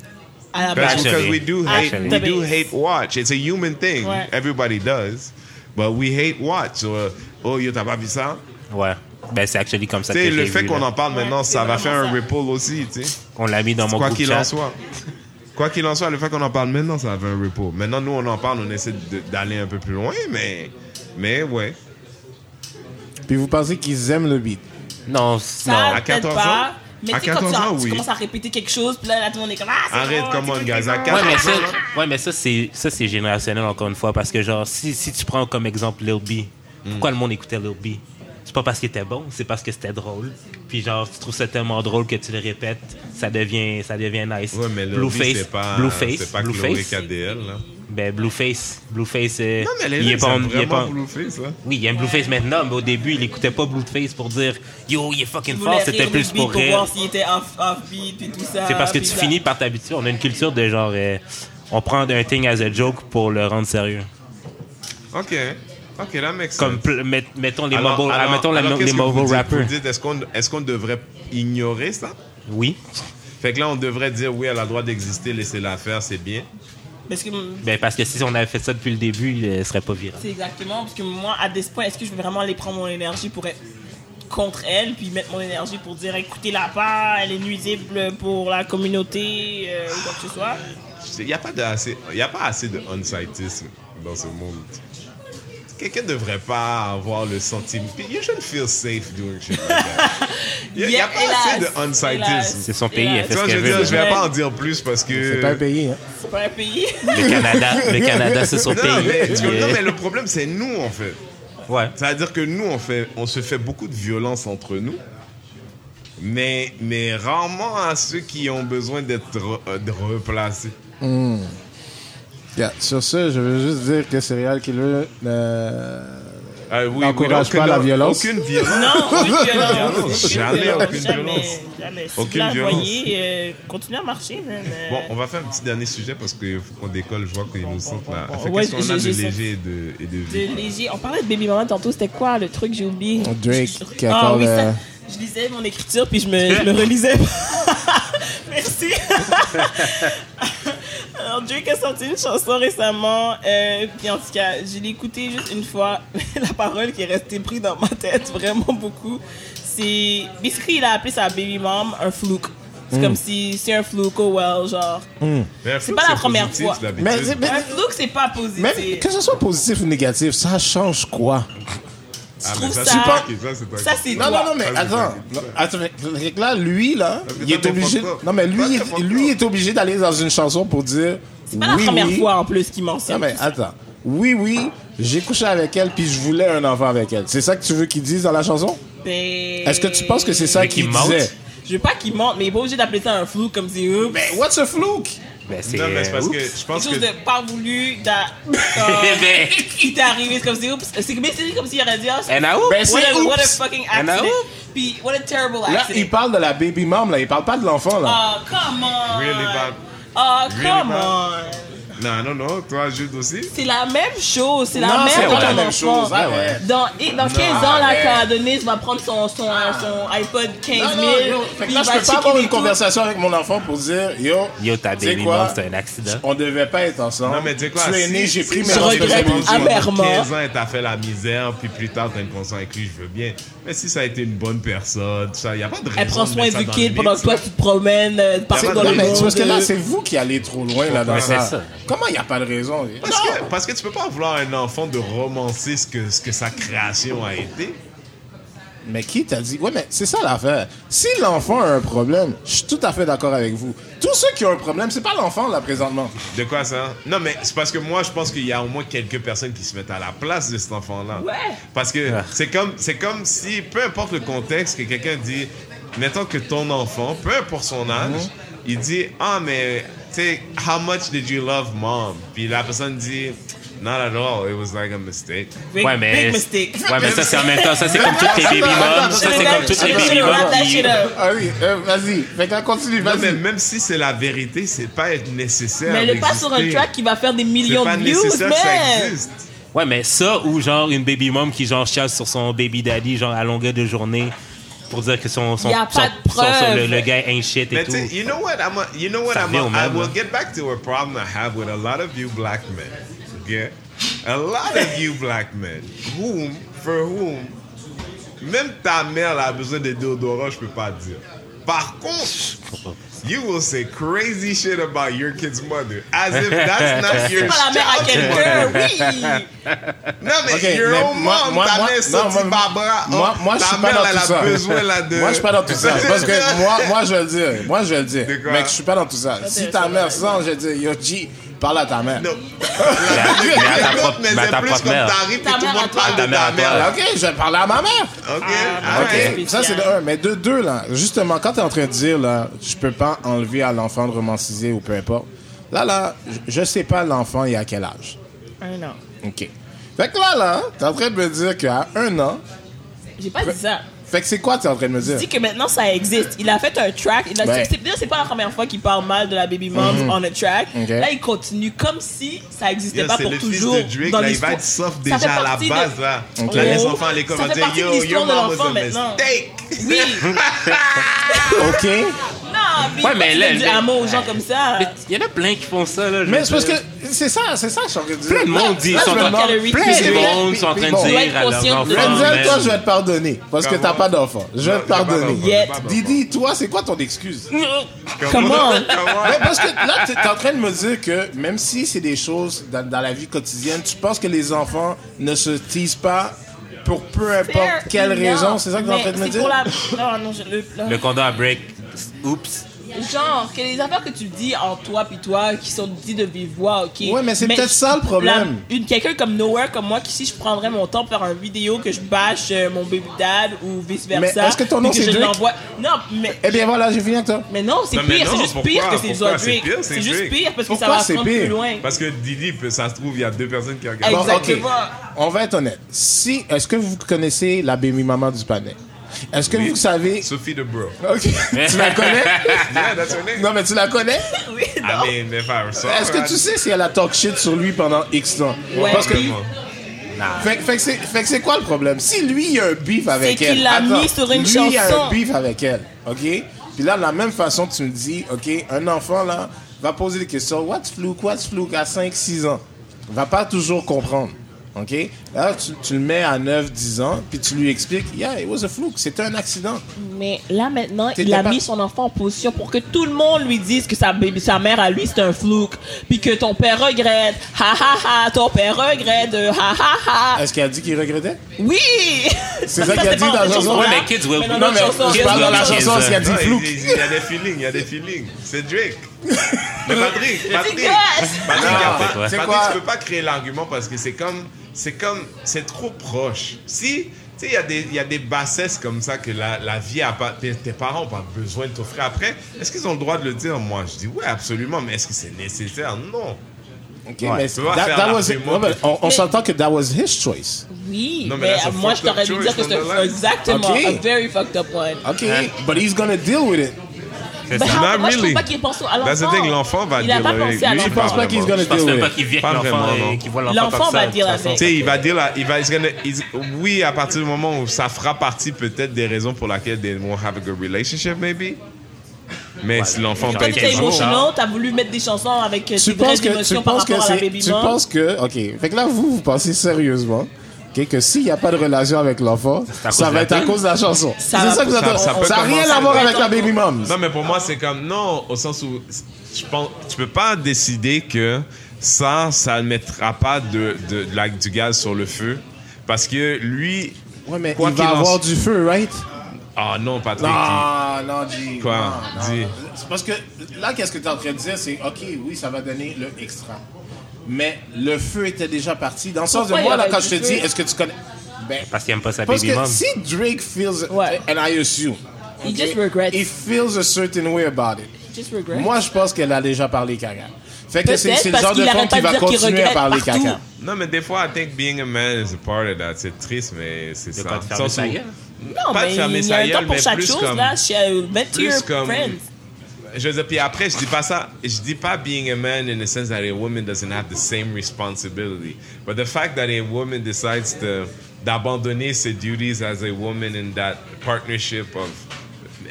Speaker 1: À la
Speaker 2: That's
Speaker 1: base.
Speaker 2: because
Speaker 3: Actually-
Speaker 2: we do hate
Speaker 3: actually.
Speaker 2: we do hate watch. It's a human thing.
Speaker 1: Ouais.
Speaker 2: Everybody does. But we hate watch. So, uh, oh, yo, t'as pas vu ça?
Speaker 3: Ouais. Ben c'est actually comme ça
Speaker 2: Tu sais,
Speaker 3: que je
Speaker 2: le
Speaker 3: l'ai
Speaker 2: fait
Speaker 3: vu,
Speaker 2: qu'on
Speaker 3: là.
Speaker 2: en parle maintenant,
Speaker 1: Ouais,
Speaker 2: ça
Speaker 1: c'est
Speaker 2: va faire un
Speaker 1: vraiment ça.
Speaker 2: ripple aussi, tu sais.
Speaker 3: On l'a mis dans mon
Speaker 2: Quoi
Speaker 3: groupe
Speaker 2: qu'il
Speaker 3: chat.
Speaker 2: en soit. Quoi qu'il en soit, le fait qu'on en parle maintenant, ça va faire un ripple. Maintenant, nous, on en parle, on essaie de- d'aller un peu plus loin, mais... Mais ouais.
Speaker 4: Puis vous pensez qu'ils aiment le beat?
Speaker 3: Non,
Speaker 1: Ça,
Speaker 3: non.
Speaker 2: à 14
Speaker 1: peut-être
Speaker 2: ans?
Speaker 1: pas. Mais
Speaker 2: À
Speaker 1: tu sais, quand
Speaker 2: 14
Speaker 1: tu,
Speaker 2: ans,
Speaker 1: tu
Speaker 2: oui.
Speaker 1: commences à répéter quelque chose, puis là, là, tout le monde est comme Ah, c'est
Speaker 2: Arrête,
Speaker 1: drôle,
Speaker 2: come
Speaker 1: c'est
Speaker 2: on,
Speaker 1: cool,
Speaker 2: guys,
Speaker 1: c'est
Speaker 2: à
Speaker 1: cool.
Speaker 2: 14
Speaker 3: Ouais, mais ça, ouais, mais ça c'est ça c'est générationnel encore une fois parce que genre si, si tu prends comme exemple Lil B, pourquoi le monde écoutait Lil B C'est pas parce qu'il était bon, c'est parce que c'était drôle. Puis genre tu trouves ça tellement drôle que tu le répètes, ça devient ça devient nice.
Speaker 2: Ouais, mais là,
Speaker 3: Blueface,
Speaker 2: c'est pas...
Speaker 3: Blueface,
Speaker 2: C'est pas Chloé
Speaker 3: Blueface.
Speaker 2: KDL, là.
Speaker 3: Ben Blueface, Blueface euh,
Speaker 2: Non, mais
Speaker 3: il
Speaker 2: les
Speaker 3: est
Speaker 2: gens,
Speaker 3: pas
Speaker 2: ils aiment
Speaker 3: il est pas
Speaker 2: vraiment Blueface, là.
Speaker 3: Oui, il aime Blueface maintenant, mais au début, il écoutait pas Blueface pour dire Yo, il est fucking
Speaker 1: Il
Speaker 3: fort,
Speaker 1: voulait
Speaker 3: c'était
Speaker 1: rire
Speaker 3: plus
Speaker 1: du beat
Speaker 3: pour rire.
Speaker 1: voir s'il était off- off-beat, puis tout ça.
Speaker 3: C'est parce que
Speaker 1: puis
Speaker 3: tu
Speaker 1: là-
Speaker 3: finis par t'habituer. On a une culture de genre, euh, on prend un thing as a joke pour le rendre sérieux.
Speaker 2: OK. OK, that makes sense.
Speaker 3: Comme, pl- met- mettons les mobile, ah, mettons la-
Speaker 2: alors,
Speaker 3: les
Speaker 2: qu'est-ce que vous
Speaker 3: mobile
Speaker 2: dites? Vous
Speaker 3: rappers.
Speaker 2: dites, est-ce qu'on est-ce qu'on devrait ignorer ça
Speaker 3: Oui.
Speaker 2: Fait que là, on devrait dire oui, elle a le droit d'exister, laissez-la faire, c'est bien.
Speaker 1: Parce que mm,
Speaker 3: Ben, parce que si on avait fait ça depuis le début, il euh, serait pas viral.
Speaker 1: c'est exactement, parce que moi, à des points, est-ce que je vais vraiment aller prendre mon énergie pour être contre elle, puis mettre mon énergie pour dire écoutez-la pas, elle est nuisible pour la communauté, euh, ou quoi que ce soit
Speaker 2: Il n'y a, pas de assez- y a pas assez de unsightisme dans ce monde. Quelqu'un ne devrait pas avoir le sentiment. You should feel safe doing shit like that. Il n'y a, pas assez de
Speaker 1: hélas,
Speaker 2: unsightism.
Speaker 3: C'est son pays,
Speaker 1: hélas.
Speaker 3: elle
Speaker 2: Tu
Speaker 3: fait
Speaker 2: vois,
Speaker 3: ce
Speaker 2: je
Speaker 3: qu'elle
Speaker 2: veux
Speaker 3: veut.
Speaker 2: dire, je vais
Speaker 1: Ouais.
Speaker 2: pas en dire plus parce
Speaker 4: C'est pas
Speaker 2: que.
Speaker 4: payé, hein?
Speaker 1: C'est pas un pays.
Speaker 3: Le Canada, le Canada, c'est son
Speaker 2: Non,
Speaker 3: pays.
Speaker 2: mais, tu vois,
Speaker 3: Puis,
Speaker 2: non,
Speaker 3: euh,
Speaker 2: mais le problème, c'est nous, en fait.
Speaker 3: Ouais. Ben,
Speaker 2: Ça veut dire que nous, on, fait, on se fait beaucoup de violence entre nous, mais, mais rarement à ceux qui ont besoin d'être re- euh, de replacés.
Speaker 4: Yeah. Sur ce, je veux juste dire que Serial Killer, euh,
Speaker 2: Euh, oui,
Speaker 4: N'encourage
Speaker 2: oui,
Speaker 4: pas la violence.
Speaker 2: Aucune violence.
Speaker 1: Non, aucune violence. Aucune
Speaker 2: Jamais,
Speaker 1: violence,
Speaker 2: aucune
Speaker 1: jamais,
Speaker 2: violence.
Speaker 1: Jamais. Si
Speaker 2: Aucune
Speaker 1: vous la
Speaker 2: violence.
Speaker 1: voyez, euh, continuez à marcher. man, euh,
Speaker 2: Bon, on va faire un petit dernier sujet parce que faut qu'on décolle. Je vois qu'ils nous sentent là. Fait
Speaker 1: Ouais,
Speaker 2: qu'est-ce qu'on a
Speaker 1: j'ai-
Speaker 2: de
Speaker 1: j'ai
Speaker 2: léger et de, et
Speaker 1: de
Speaker 2: de vif?
Speaker 1: léger. On parlait de Baby Mama tantôt, c'était quoi le truc J'ai oublié.
Speaker 4: Oh, Drake,
Speaker 1: Je-
Speaker 4: qui a
Speaker 1: ah,
Speaker 4: encore
Speaker 1: oui,
Speaker 4: le-
Speaker 1: ça, Je lisais mon écriture puis je me, je me relisais. Merci. Alors, Drake a sorti une chanson récemment. euh, puis en tout cas, je l'ai écoutée juste une fois. La parole qui est restée prise dans ma tête vraiment beaucoup, c'est. Biscuit, il a appelé sa Baby Mom un flouk. C'est
Speaker 4: Mm.
Speaker 1: comme si c'est un flouk, oh well, genre.
Speaker 2: Mais un flou,
Speaker 1: pas la première
Speaker 2: positif,
Speaker 1: fois.
Speaker 2: d'habitude.
Speaker 4: Mais c'est-
Speaker 1: Un flouk, c'est pas positif.
Speaker 4: Mais que ce soit positif ou négatif, ça change quoi?
Speaker 1: Tu
Speaker 2: Ah, mais
Speaker 1: trouves
Speaker 2: ça,
Speaker 1: ça.
Speaker 2: c'est pas- ok, ça, c'est pas-
Speaker 1: Ça, c'est
Speaker 4: Non,
Speaker 1: toi.
Speaker 4: non, non, mais
Speaker 2: Ah,
Speaker 4: attends.
Speaker 2: c'est ça.
Speaker 4: Attends, mais- fait que là, lui, là,
Speaker 2: Parce que
Speaker 4: il
Speaker 2: ça,
Speaker 4: est
Speaker 2: t'es
Speaker 4: obligé.
Speaker 2: fucked up.
Speaker 4: Non, mais
Speaker 2: Ça,
Speaker 4: lui,
Speaker 2: t'es
Speaker 4: est-
Speaker 2: fucked
Speaker 4: lui
Speaker 2: up.
Speaker 4: est obligé d'aller dans une chanson pour dire.
Speaker 1: C'est pas la
Speaker 4: oui,
Speaker 1: première
Speaker 4: oui.
Speaker 1: fois en plus qu'il
Speaker 4: Non,
Speaker 1: mentionne.
Speaker 4: mais
Speaker 1: tout ça.
Speaker 4: attends. Oui, oui, j'ai couché avec elle, puis je voulais un enfant avec elle. C'est ça que tu veux qu'il dise dans la chanson?
Speaker 1: Ben-
Speaker 4: Est-ce que tu penses que c'est ça
Speaker 3: Mais
Speaker 4: qu'il
Speaker 3: qu'il mente?
Speaker 4: disait?
Speaker 1: Je veux pas qu'il mente, mais il est pas obligé d'appeler ça un flou comme si. Oups.
Speaker 4: Ben, what's a fluke?
Speaker 3: Ben, c'est.
Speaker 2: Non, mais c'est parce que
Speaker 3: oups.
Speaker 2: je pense
Speaker 1: quelque chose
Speaker 2: que.
Speaker 1: de pas voulu. d'a-
Speaker 3: Ben.
Speaker 1: comme- Il t'est arrivé, c'est comme si. Oups. C'est mais c'est comme s'il aurait dit. Ah, c'est-
Speaker 3: And I hope.
Speaker 4: Ben,
Speaker 1: What
Speaker 4: c'est
Speaker 1: a, what a
Speaker 4: oups.
Speaker 1: fucking
Speaker 3: And I
Speaker 1: accident.
Speaker 3: hope.
Speaker 1: Puis, what a terrible
Speaker 4: Là,
Speaker 1: accident.
Speaker 4: il parle de la baby mom, là. Il parle pas de l'enfant, là.
Speaker 1: Oh, come on.
Speaker 2: Really bad.
Speaker 1: Oh,
Speaker 2: Really
Speaker 1: come
Speaker 2: bad.
Speaker 1: on.
Speaker 2: Non, non, non, toi, Jude aussi.
Speaker 1: C'est la même chose. C'est la
Speaker 4: non,
Speaker 1: même
Speaker 4: c'est pas
Speaker 1: dans
Speaker 4: la
Speaker 1: ton
Speaker 4: même chose. Ah,
Speaker 1: enfant.
Speaker 4: arrête.
Speaker 1: Dans, et dans 15
Speaker 4: Non,
Speaker 1: ans, là,
Speaker 4: arrête.
Speaker 1: quand Adonis va prendre son, son, son iPod 15 000,
Speaker 4: Non, non, yo, fait que
Speaker 1: puis
Speaker 4: là,
Speaker 1: il
Speaker 4: je
Speaker 1: va
Speaker 4: peux pas
Speaker 1: checker
Speaker 4: avoir
Speaker 1: des
Speaker 4: une
Speaker 1: trucs.
Speaker 4: conversation avec mon enfant pour dire Yo,
Speaker 3: Yo, ta
Speaker 4: tu sais
Speaker 3: baby
Speaker 4: quoi?
Speaker 3: mom, c'est un accident.
Speaker 4: On devait pas être ensemble.
Speaker 2: Non, mais tu sais quoi,
Speaker 4: Tu es
Speaker 2: si-
Speaker 4: né, Ah, j'ai pris
Speaker 2: si
Speaker 4: mes
Speaker 1: je regrette
Speaker 4: responsabilités.
Speaker 1: amèrement.
Speaker 2: 15 ans et t'as fait la misère, puis plus tard t'as une conscience avec lui, je veux bien. Mais si ça a été une bonne personne, tout ça, y a pas de raison.
Speaker 1: Elle prend
Speaker 2: de
Speaker 1: soin
Speaker 2: mettre ça
Speaker 1: du
Speaker 2: dans
Speaker 1: kid
Speaker 2: le
Speaker 1: pendant
Speaker 2: mix,
Speaker 1: que toi
Speaker 2: là.
Speaker 1: tu te promènes euh, partout
Speaker 2: pas
Speaker 1: dans
Speaker 2: de
Speaker 1: le
Speaker 4: Non,
Speaker 1: monde.
Speaker 4: mais c'est parce que là,
Speaker 1: euh,
Speaker 4: c'est vous qui allez trop loin là dans
Speaker 3: Mais
Speaker 4: ça.
Speaker 3: c'est ça.
Speaker 4: Comment il n'y a pas de raison
Speaker 2: Parce que, parce que tu peux pas vouloir à un enfant de romancer ce que, ce que sa création a été.
Speaker 4: Mais qui t'a dit Ouais, mais c'est ça l'affaire. Si l'enfant a un problème, je suis tout à fait d'accord avec vous. Tous ceux qui ont un problème, c'est pas l'enfant là présentement.
Speaker 2: De quoi ça Non, mais c'est parce que moi, je pense qu'il y a au moins quelques personnes qui se mettent à la place de cet enfant-là.
Speaker 1: Ouais.
Speaker 2: Parce que c'est comme, c'est comme si, peu importe le contexte, que quelqu'un dit, mettons que ton enfant, peu importe son âge, il dit, ah, mais, tu sais, how much did you love mom Puis la personne dit, not at all, it was like a mistake.
Speaker 1: big,
Speaker 3: Ouais, mais.
Speaker 1: big mistake.
Speaker 3: Ouais, mais ça, c'est en même temps. Ça, c'est comme toutes les baby moms. Ça, c'est comme toutes les
Speaker 1: Attends,
Speaker 3: baby moms.
Speaker 1: attends,
Speaker 3: qui-
Speaker 1: attends,
Speaker 4: Ah oui, euh, vas-y. Fait que là, continue,
Speaker 2: Non, mais
Speaker 4: vas-y.
Speaker 2: même si c'est la vérité, c'est pas être nécessaire.
Speaker 1: Mais le pas sur un
Speaker 2: d'exister.
Speaker 1: track qui va faire des
Speaker 2: c'est
Speaker 1: millions de
Speaker 2: pas
Speaker 1: views,
Speaker 2: nécessaire que ça
Speaker 1: man.
Speaker 2: existe.
Speaker 3: Ouais, mais ça, ou genre une baby mom qui genre chiale sur son baby daddy, genre à longueur de journée, pour dire que son, son,
Speaker 1: Y a
Speaker 3: son-
Speaker 1: pas de
Speaker 3: son- son-
Speaker 1: preuve.
Speaker 3: le, le gars ain't shit et
Speaker 2: Mais
Speaker 3: tout.
Speaker 2: tu sais, you know what? I'm a, you know what?
Speaker 3: Ça
Speaker 2: I'm
Speaker 3: revient au
Speaker 2: a, I
Speaker 3: même,
Speaker 2: will
Speaker 3: là.
Speaker 2: get back to a problem I have with a lot of you black men. Okay? A lot of you black men. Whom, for whom, même ta mère là, a besoin de déodorant, je peux pas dire. Par contre, you will say crazy shit about your kid's mother. As if that's not your
Speaker 1: Pas la mère à
Speaker 2: child's mother.
Speaker 1: quelqu'un, oui.
Speaker 2: Non, mais
Speaker 4: Ok,
Speaker 2: your
Speaker 4: mais
Speaker 2: own
Speaker 4: moi-
Speaker 2: mom,
Speaker 4: moi-
Speaker 2: ta
Speaker 4: moi-
Speaker 2: mère
Speaker 4: non,
Speaker 2: sortie
Speaker 4: moi-
Speaker 2: Barbara. oh,
Speaker 4: Moi, moi je
Speaker 2: ta
Speaker 4: suis pas
Speaker 2: mère,
Speaker 4: dans
Speaker 2: elle
Speaker 4: tout
Speaker 2: a
Speaker 4: ça.
Speaker 2: besoin là de...
Speaker 4: Moi, je suis pas dans tout ça. Parce que moi, moi, je vais le dire. Moi, je vais le dire.
Speaker 2: De quoi?
Speaker 4: Mec, je suis pas dans tout ça. Si ta mère sent, je vais dire, yo, G, parle à ta mère.
Speaker 2: Non.
Speaker 3: Mais à- mais à ta propre-
Speaker 2: mais
Speaker 3: mais à
Speaker 2: c'est
Speaker 3: ta
Speaker 2: plus
Speaker 3: propre
Speaker 2: comme
Speaker 3: mère.
Speaker 2: t'arrives et
Speaker 1: Ta
Speaker 2: tout le
Speaker 1: mère
Speaker 2: monde
Speaker 1: à toi.
Speaker 2: parle de
Speaker 3: Ta mère
Speaker 2: ta
Speaker 3: à toi.
Speaker 2: mère.
Speaker 4: Ok, je vais parler à ma mère.
Speaker 2: OK?
Speaker 1: Ah,
Speaker 2: all right.
Speaker 1: ouais.
Speaker 4: Ok, ça c'est de un. Mais de deux, là, justement, quand t'es en train de dire, là, je peux pas enlever à l'enfant de romanciser ou peu importe. Là, là, je- je sais pas l'enfant il a quel âge.
Speaker 1: Un an.
Speaker 4: Ok. Fait que là, là, t'es en train de me dire qu'à un an,
Speaker 1: J'ai pas dit ça.
Speaker 4: fait que c'est quoi t'es en train de me dire?
Speaker 1: Je dis que maintenant ça existe. Il a fait un track. Il a...
Speaker 4: Ouais. Mm-hmm.
Speaker 1: c'est- c'est- c'est pas la première fois qu'il parle mal de la baby mom on a track.
Speaker 4: Ok.
Speaker 1: Là il continue comme si ça existait
Speaker 2: Yo,
Speaker 1: pas
Speaker 2: c'est
Speaker 1: pour
Speaker 2: le fils
Speaker 1: toujours
Speaker 2: de Drake,
Speaker 1: dans
Speaker 2: là, il
Speaker 1: l'histoire.
Speaker 2: va être soft
Speaker 1: Ça fait
Speaker 2: déjà à la
Speaker 1: partie de-
Speaker 2: base, là.
Speaker 1: Ok.
Speaker 2: Là, les enfants à l'école
Speaker 1: Ça
Speaker 2: vont
Speaker 1: fait
Speaker 2: dire,
Speaker 1: partie de
Speaker 2: yo, your
Speaker 1: l'histoire de
Speaker 2: mom was
Speaker 1: l'enfant
Speaker 2: a
Speaker 1: maintenant.
Speaker 2: mistake.
Speaker 1: Oui.
Speaker 4: Ah,
Speaker 3: Ah,
Speaker 4: Ok.
Speaker 1: Non, mais,
Speaker 3: Ouais, mais
Speaker 1: tu
Speaker 3: là,
Speaker 1: donnes du
Speaker 3: mais-
Speaker 1: amour aux gens comme ça.
Speaker 3: Mais Il y en a plein qui font ça, là. je
Speaker 4: Mais
Speaker 3: veux
Speaker 4: c'est parce que
Speaker 3: dire.
Speaker 4: c'est ça, c'est ça que je suis en train de dire.
Speaker 3: Plein de monde dit,
Speaker 4: Là,
Speaker 3: sont
Speaker 4: je me
Speaker 3: en-
Speaker 4: demande-
Speaker 1: plein
Speaker 4: Puis c'est
Speaker 3: Plein de
Speaker 4: vrai,
Speaker 3: monde
Speaker 4: puis-
Speaker 3: sont en
Speaker 4: puis
Speaker 3: train
Speaker 4: bon.
Speaker 3: de
Speaker 1: dois être
Speaker 3: dire à
Speaker 1: conscient
Speaker 3: leur
Speaker 1: de-
Speaker 3: enfant.
Speaker 4: Renzel,
Speaker 3: man.
Speaker 4: toi, je vais te pardonner parce que
Speaker 2: Comment?
Speaker 4: t'as pas d'enfant. Je vais te pardonner.
Speaker 1: Yet.
Speaker 4: Didi, toi, c'est quoi ton excuse?
Speaker 1: Comment?
Speaker 4: Ouais, parce que là, t'es t'es en train de me dire que même si c'est des choses dans, dans la vie quotidienne, tu penses que les enfants ne se teasent pas pour peu importe
Speaker 1: Fair
Speaker 4: quelle
Speaker 1: enough,
Speaker 4: raison. C'est ça que t'es en train de
Speaker 1: mais
Speaker 4: me
Speaker 1: c'est
Speaker 4: dire?
Speaker 1: pour la- Non, non, je le.
Speaker 3: Le condom à break. Oups.
Speaker 1: Genre, que les affaires que tu dis en toi puis toi, qui sont dites de vive voix, ok.
Speaker 4: Ouais, mais c'est peut-être ça, le problème.
Speaker 1: la- une quelqu'un comme Nowhere, comme moi, qui si je prendrais mon temps pour faire une vidéo que je bâche euh, mon baby dad ou vice versa.
Speaker 4: Mais est-ce que ton nom, c'est Drake?
Speaker 1: Non, mais.
Speaker 4: Eh bien voilà, j'ai fini avec toi.
Speaker 1: Mais non, c'est
Speaker 2: Non, mais
Speaker 1: pire,
Speaker 2: non,
Speaker 1: c'est juste
Speaker 2: pourquoi?
Speaker 1: pire que c'est du
Speaker 2: Pourquoi? C'est
Speaker 1: Drake.
Speaker 2: pire, c'est
Speaker 1: C'est juste
Speaker 2: Drake. Ben,
Speaker 1: pire parce que ça
Speaker 4: Pourquoi
Speaker 1: va se
Speaker 4: c'est
Speaker 1: rendre
Speaker 4: pire?
Speaker 1: plus loin.
Speaker 2: Parce que Didi, peut- ça se trouve, il y a deux personnes qui regardent.
Speaker 1: Exact.
Speaker 4: Bon, ok.
Speaker 1: Exactement.
Speaker 4: On va être honnête. Si, est-ce que vous connaissez la baby maman du panel? Est-ce que vous savez?
Speaker 2: Sophie de Bro.
Speaker 4: Ok. tu la connais?
Speaker 2: Yeah, that's her name.
Speaker 4: Non, mais tu la connais?
Speaker 1: Oui, non.
Speaker 2: I mean, if I were sorry,
Speaker 4: Est-ce que tu
Speaker 2: I'd-
Speaker 4: sais si elle a talk shit sur lui pendant X temps?
Speaker 1: Ouais.
Speaker 4: Parce que,
Speaker 2: Comment?
Speaker 4: fait, fait que c'est- fait que c'est quoi le problème? Si lui, il a un beef avec
Speaker 1: C'est
Speaker 4: elle.
Speaker 1: qu'il l'a
Speaker 4: attends,
Speaker 1: mis sur une
Speaker 4: lui, il a un
Speaker 1: chanson.
Speaker 4: beef avec elle. OK? Puis là, de la même façon, tu me dis, OK, un enfant, là, va poser des questions. What's fluke? What's fluke? À 5, 6 ans. Va pas toujours comprendre. OK? Là, tu, tu le mets à 9-10 ans, puis tu lui expliques, yeah, it was a fluke, c'était un accident.
Speaker 1: Mais là maintenant,
Speaker 4: T'étais
Speaker 1: il a
Speaker 4: pas-
Speaker 1: mis son enfant en position pour que tout le monde lui dise que sa, baby- sa mère à lui c'est un flouk, puis que ton père regrette, ha ha ha, ton père regrette, euh, ha ha ha.
Speaker 4: Est-ce qu'il a dit qu'il regrettait?
Speaker 1: Oui.
Speaker 4: C'est ça qu'il a dit
Speaker 1: dépend
Speaker 4: dans la
Speaker 1: de
Speaker 4: chanson.
Speaker 1: chanson-là.
Speaker 4: Ouais,
Speaker 3: mais Kids Will-
Speaker 1: hein. dans
Speaker 3: Non,
Speaker 1: notre
Speaker 3: mais
Speaker 1: chanson,
Speaker 3: Kids euh,
Speaker 1: c'est
Speaker 4: Je parle
Speaker 1: dans
Speaker 4: dans la
Speaker 1: notre
Speaker 3: Will-
Speaker 4: chanson, est-ce qu'il a dit
Speaker 2: Non,
Speaker 4: fluke?
Speaker 2: il, il- il y a des feelings, il y a des feelings. C'est Drake. Mais Patrick, Patrick,
Speaker 1: Yes.
Speaker 2: Patrick,
Speaker 4: Non,
Speaker 2: y a pas-
Speaker 4: c'est quoi?
Speaker 2: Patrick,
Speaker 4: C'est quoi?
Speaker 2: tu peux pas créer l'argument parce que c'est comme, c'est comme, c'est trop proche. Si, tu sais, il y a des- il y, a des bassesses comme ça que la, la vie a pas, tes, tes parents ont pas besoin de t'offrir après. Est-ce qu'ils ont le droit de le dire Moi, je dis oui, absolument. Mais est-ce que c'est nécessaire Non.
Speaker 4: OK,
Speaker 3: Ouais.
Speaker 4: mais
Speaker 2: Tu vas
Speaker 4: that-
Speaker 2: faire
Speaker 4: that was-
Speaker 2: l'argument.
Speaker 4: non, mais on, on
Speaker 1: Mais-
Speaker 4: s'entend que that was his choice.
Speaker 1: Oui,
Speaker 2: Non, mais
Speaker 1: mais,
Speaker 2: là, c'est
Speaker 1: euh, moi je
Speaker 2: fucked up
Speaker 1: t'aurais dû dire
Speaker 2: choice,
Speaker 1: que c'est
Speaker 2: non, non, là.
Speaker 1: exactement
Speaker 4: Ok.
Speaker 1: a very fucked up one.
Speaker 4: OK,
Speaker 3: Hein?
Speaker 4: but he's gonna deal with it.
Speaker 3: C'est
Speaker 1: Ben,
Speaker 3: ça.
Speaker 2: Not
Speaker 1: moi, je trouve
Speaker 2: really.
Speaker 1: pas qu'il pense à l'enfant.
Speaker 2: That's the thing, l'enfant va
Speaker 1: Il a
Speaker 2: deal
Speaker 1: pas
Speaker 2: avec.
Speaker 1: pensé à
Speaker 2: Lui, il
Speaker 1: l'enfant.
Speaker 4: Je pense pas qu'il gonna
Speaker 3: Je pense
Speaker 4: deal
Speaker 3: même
Speaker 4: with
Speaker 3: pas
Speaker 4: it.
Speaker 3: qu'il vit
Speaker 2: Pas
Speaker 3: avec l'enfant
Speaker 2: vraiment, non.
Speaker 3: et qu'il voit l'enfant
Speaker 1: L'enfant
Speaker 3: comme ça.
Speaker 1: va
Speaker 3: de toute
Speaker 1: deal
Speaker 3: façon.
Speaker 1: avec.
Speaker 2: Tu sais, il va dire, là, il va, it's gonna- it's- oui, à partir du moment où ça fera partie peut-être des raisons pour laquelle they won't have a good relationship, maybe. Mais si l'enfant
Speaker 3: Toi,
Speaker 1: Toi,
Speaker 2: paye
Speaker 3: t'étais
Speaker 1: t'étais
Speaker 2: toujours.
Speaker 3: émotionnel.
Speaker 1: émotional, t'as voulu mettre des chansons avec euh, tes
Speaker 4: tu penses
Speaker 1: vraies
Speaker 4: que tu
Speaker 1: émotions par
Speaker 4: penses que
Speaker 1: rapport à la
Speaker 4: c'est
Speaker 1: baby
Speaker 4: tu
Speaker 1: mom.
Speaker 4: penses que ok fait que là vous vous pensez sérieusement ok, que s'il n'y a pas de relation avec l'enfant
Speaker 3: à cause
Speaker 4: ça
Speaker 3: de la
Speaker 4: va être à
Speaker 3: tune.
Speaker 4: cause de la chanson c'est
Speaker 1: Ça-
Speaker 4: ça que vous
Speaker 1: ça-
Speaker 4: attendez.
Speaker 1: ça peut
Speaker 4: ça n'a rien
Speaker 2: commencer
Speaker 4: à voir
Speaker 2: de-
Speaker 4: avec la baby mom
Speaker 2: Non, mais pour moi, c'est comme, non, au sens où je pense, tu peux pas décider que ça, ça ne mettra pas de, de, de la- du gaz sur le feu. Parce que lui.
Speaker 4: ouais mais
Speaker 2: quoi
Speaker 4: il
Speaker 2: qu'il
Speaker 4: va
Speaker 2: en-
Speaker 4: avoir du feu right
Speaker 2: Ah non, Patrick.
Speaker 4: non non dis
Speaker 2: Quoi? Dis.
Speaker 4: c'est parce que là qu'est-ce que tu es en train de dire c'est ok oui ça va donner le extra mais le feu était déjà parti dans le sens
Speaker 1: Pourquoi
Speaker 4: de
Speaker 1: il
Speaker 4: moi
Speaker 1: y
Speaker 4: là
Speaker 1: aurait
Speaker 4: quand
Speaker 1: du
Speaker 4: je te
Speaker 1: feu?
Speaker 4: dis est-ce que tu connais ben
Speaker 3: Parce qu'il aime pas sa
Speaker 4: Parce
Speaker 3: baby
Speaker 4: que
Speaker 3: mom.
Speaker 4: si Drake feels,
Speaker 1: Ouais.
Speaker 4: and I assume,
Speaker 1: He
Speaker 4: ok,
Speaker 1: just regrets.
Speaker 4: he feels a certain way about it.
Speaker 1: Just regret.
Speaker 4: Moi, je pense qu'elle a déjà parlé caca. Fait que c'est
Speaker 1: Peut-être
Speaker 4: c'est le
Speaker 1: parce
Speaker 4: genre de
Speaker 1: qu'il
Speaker 4: fond
Speaker 1: arrête
Speaker 4: qui
Speaker 1: pas de
Speaker 4: va
Speaker 1: dire qu'il
Speaker 4: continuer à
Speaker 1: regrette
Speaker 4: parler
Speaker 1: partout.
Speaker 4: caca.
Speaker 2: tu- Non, mais des fois, I think being a man is a part of that. C'est triste, mais c'est ça.
Speaker 3: pas de
Speaker 2: Au
Speaker 3: fermer
Speaker 2: sens
Speaker 3: sa
Speaker 2: où-
Speaker 3: gueule.
Speaker 1: non,
Speaker 2: pas de
Speaker 1: mais
Speaker 2: fermer
Speaker 1: il y
Speaker 2: sa
Speaker 1: a un temps
Speaker 2: gueule,
Speaker 1: pour
Speaker 2: mais
Speaker 1: chaque
Speaker 2: plus
Speaker 1: chose,
Speaker 2: comme-
Speaker 1: là. Chez, euh, Met to your
Speaker 2: plus comme
Speaker 1: friends.
Speaker 2: je veux dire, puis après, je dis pas ça. Je dis pas being a man in the sense that a woman doesn't have the same responsibility. But the fact that a woman decides to d'abandonner ses duties as a woman in that partnership of